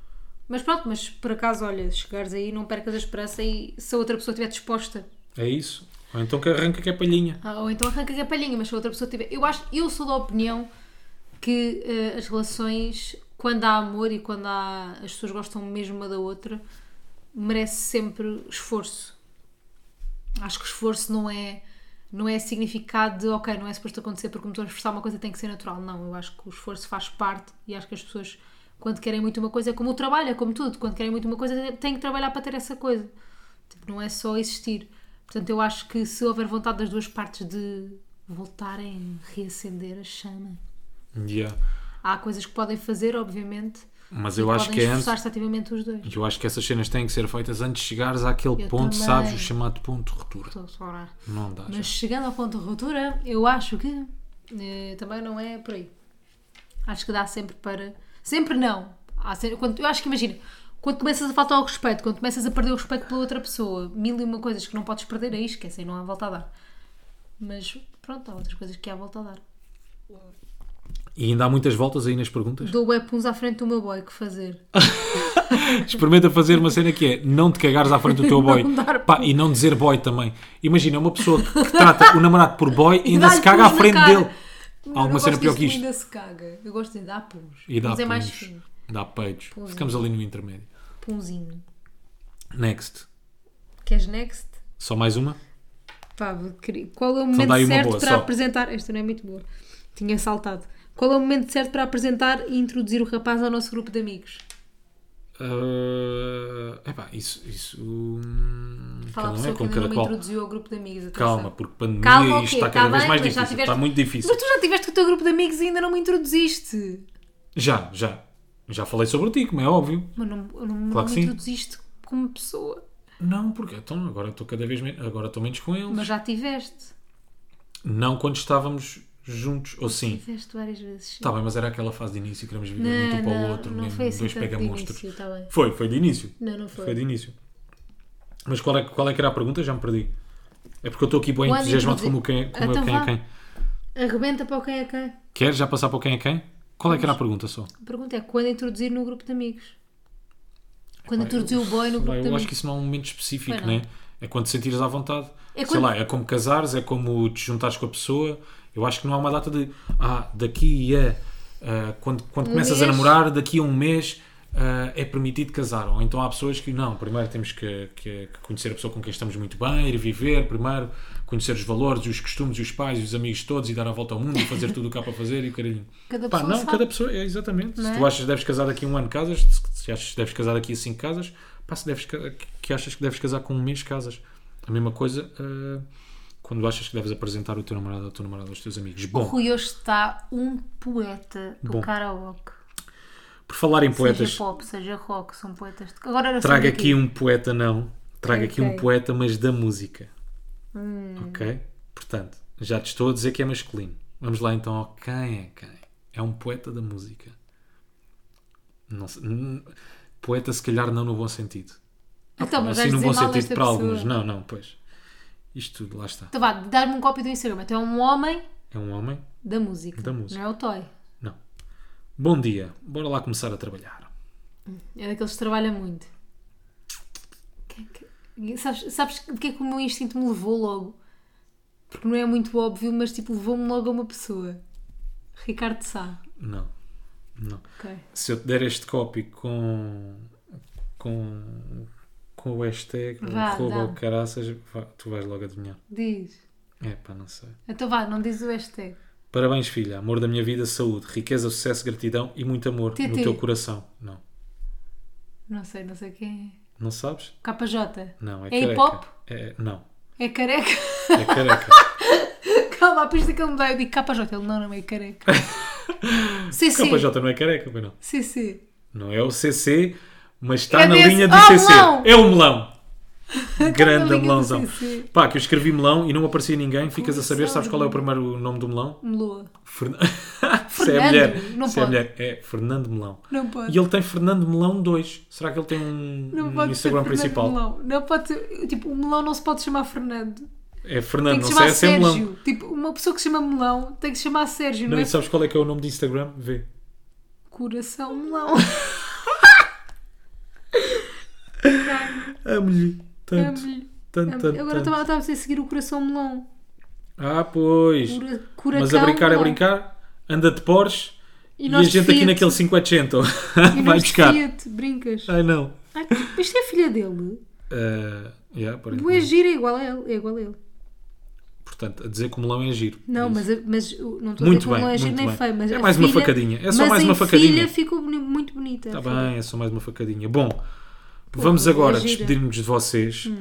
Mas pronto, mas por acaso, olha, se chegares aí, não percas a esperança e se a outra pessoa estiver disposta É isso. Ou então que arranca que é palhinha. Ah, ou então arranca que é palhinha, mas se a outra pessoa tiver. Eu acho, eu sou da opinião que eh, as relações, quando há amor e quando há, as pessoas gostam mesmo uma da outra, merece sempre esforço. Acho que esforço não é não é significado de ok, não é suposto acontecer porque me estou a esforçar uma coisa tem que ser natural. Não, eu acho que o esforço faz parte e acho que as pessoas quando querem muito uma coisa, é como o trabalho, é como tudo, quando querem muito uma coisa têm que trabalhar para ter essa coisa. Tipo, não é só existir. Portanto, eu acho que se houver vontade das duas partes de voltarem a reacender a chama, Yeah. há coisas que podem fazer, obviamente, Mas e eu acho podem que é antes. esforçar-se ativamente os dois. E eu acho que essas cenas têm que ser feitas antes de chegares àquele Eu ponto, também. sabes? O chamado ponto de ruptura. Estou só a orar. Não dá. Mas já. chegando ao ponto de ruptura, eu acho que eh, também não é por aí. Acho que dá sempre para. Sempre não. Há sempre- quando, eu acho que imagina, quando começas a faltar ao respeito, quando começas a perder o respeito pela outra pessoa, mil e uma coisas que não podes perder, aí esquecem, não há volta a dar. Mas pronto, há outras coisas que há volta a dar. E ainda há muitas voltas aí *laughs* nas perguntas. Dou web uns à frente do meu boy, que fazer? Ah, Experimenta fazer uma cena que é não te cagares à frente do teu boy. dar Pá, e não dizer boy também. Imagina uma pessoa que que trata o namorado por boy e ainda se dá-lhe caga à pus na frente cara. dele. Há alguma Eu cena gosto pior que disso, isto. Ainda se caga. Eu gosto de dar puns. E dá Mas é mais peitos. fino. Dá peitos. Ficamos ali no intermédio. Punzinho. Next. Queres next? Só mais uma? Pá, queria- qual é o dá aí momento uma certo boa, para só. apresentar? Esta não é muito boa. Tinha saltado. Qual é o momento certo para apresentar e introduzir o rapaz ao nosso grupo de amigos? Ah, epá, isso. isso hum, Fala a cada um pessoa é que com ainda cada não me qual. introduziu ao grupo de amigos. atenção. Calma, porque pandemia Calma, ok, isto está cada tá vez bem, mas mais já difícil. tiveste- Está muito difícil. Mas tu já tiveste com o teu grupo de amigos e ainda não me introduziste. Já, já. Já falei sobre ti, como é óbvio. Mas não, não, não Claro que me sim. introduziste como pessoa. Não, porque então agora estou cada vez menos, agora estou menos com ele. Mas já tiveste. Não quando estávamos juntos, ou sim. Tiveste várias vezes. Está bem, mas era aquela fase Tá, de início, queremos viver Não, muito para o não, outro, não mesmo foi assim dois tanto de pega-monstros. início, tá bem. Foi, foi de início. Não, não foi. Foi de início. Mas qual é, qual é que era a pergunta? Já me perdi. É porque eu estou aqui bem Quando entusiasmado introduzir- como quem, como Então quem é vá. quem. Arrebenta para o quem é quem. Queres já passar para o quem é quem? Qual é que era a pergunta só? A pergunta é quando introduzir no grupo de amigos? Quando Pá, introduziu o boy no eu- grupo de Eu amigos? acho que isso não é um momento específico, Pois não. né? É quando te sentires à vontade. É Sei quando- lá, é como casares, é como te juntares com a pessoa. Eu acho que não há uma data de. Ah, daqui a. ah, quando quando começas a Um mês. namorar, daqui a um mês ah, é permitido casar. Ou então há pessoas que não, primeiro temos que, que- que conhecer a pessoa com quem estamos muito bem, ir viver, primeiro conhecer os valores, e os costumes, e os pais, e os amigos todos, e dar a volta ao mundo, e fazer tudo o que há para fazer e o caralho. Cada Pá, pessoa não, sabe. cada pessoa, é, exatamente. Não Se é? tu achas que deves casar daqui a um ano, casas. Se- Se achas que deves casar daqui a cinco casas, pá, se deves, ca- que achas que deves casar com um mês, casas. A mesma coisa ah, quando achas que deves apresentar o teu namorado ou a tua namorada aos teus amigos. O Bom, Rui hoje está um poeta do Bom. karaoke. por falar em poetas, Seja pop, seja rock, são poetas. De... Agora era traga só daqui. aqui um poeta, não. Traga aqui um Ok. Hum. poeta, mas da música. Ok? Portanto, já te estou a dizer que é masculino. Vamos lá então ao quem é quem. É um poeta da música. Não sei- n- poeta, se calhar, não no bom sentido. Então, mas assim vais não dizer vão mal sentido desta para pessoa. alguns. Não, é? não, pois. Isto tudo, lá está. Então vá, dá-me um cópia do Instagram. Então é um homem É um homem? da música. Da música. Não é o Toy. Não. Bom dia. Bora lá começar a trabalhar. É daqueles que trabalha muito. Que- é que- Sabes, sabes de que é que o meu instinto me levou logo? Porque não é muito óbvio, mas tipo, levou-me logo a uma pessoa. Ricardo Sá. Não. Não. Ok. Se eu te der este copy com. com. com o hashtag, ou Vá, arroba ou dá-me. caraças, vá- tu vais logo adivinhar. Diz. É pá, não sei. Então vá, não diz o hashtag. Parabéns, filha. Amor da minha vida, saúde, riqueza, sucesso, gratidão e muito amor no TT. teu coração. Não. Não sei, não sei quem Não sabes? é. KJ. Não, é, É careca. hip-hop? É, não. É careca? *laughs* É careca. Calma, pensa que ele me dá. Eu digo KJ. Ele não, não é *laughs* careca. CC. KJ não é careca, pois não. CC. Não é o CC, mas está É na desse- linha do Ah, o CC. melão! É o melão. linha Grande do melãozão. CC. Pá, que eu escrevi melão e não aparecia ninguém. Ficas a saber, Coração. sabes qual é o primeiro nome do melão? Meloa. Fern... *laughs* Se é Fernando, mulher. não Se é pode. mulher. É Fernando Melão. Não pode. E ele tem Fernando Melão 2. Será que ele tem um, Não um pode ser Instagram Fernando principal? Melão. Não pode ser- Tipo, o melão não se pode chamar Fernando. É Tem Fernando, que não se chamar sei, é sem Sérgio. melão. Tipo, uma pessoa que se chama melão tem que se chamar Sérgio, não, Não, é e sabes qual é que é o nome do Instagram? Vê. coração melão. Amo-lhe. Tanto. Amo-lhe. Tanto, Amo- tanto, Agora tanto. estava estava a seguir o coração melão. Ah, pois. Cura- curacão Mas a brincar é melão. brincar. Anda de Porsche. E, E, a nós de gente aqui Fiat. naquele 500 *laughs* E vai nós de buscar. Fiat, *laughs* brincas. Ai não. Ai, mas isto é filha dele. Ah, yeah, aparentemente. Boa gira é igual a ele. É igual a ele. Portanto, a dizer que o melão é giro. Não, Isso. mas, a- mas o- não estou a dizer Muito que o bem, melão é giro muito nem bem. feio. Mas É a mais uma filha- facadinha. É só mas mais a uma facadinha. filha ficou boni- muito bonita. Está a filha. bem, é só mais uma facadinha. Bom, vamos agora é gira. Hum. despedir-nos de vocês,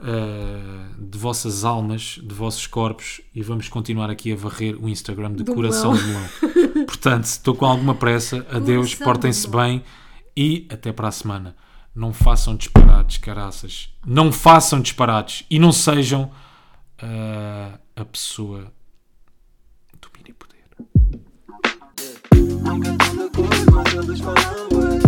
ah, de vossas almas, de vossos corpos e vamos continuar aqui a varrer o Instagram de Do Coração de Melão. Portanto, estou com *laughs* alguma pressa. Adeus, de portem-se Melão. bem e até para a semana. Não façam disparates, caraças. Não façam disparates e não sejam ah, a pessoa do mini poder. Nunca tanta cor, mas eles falam bué.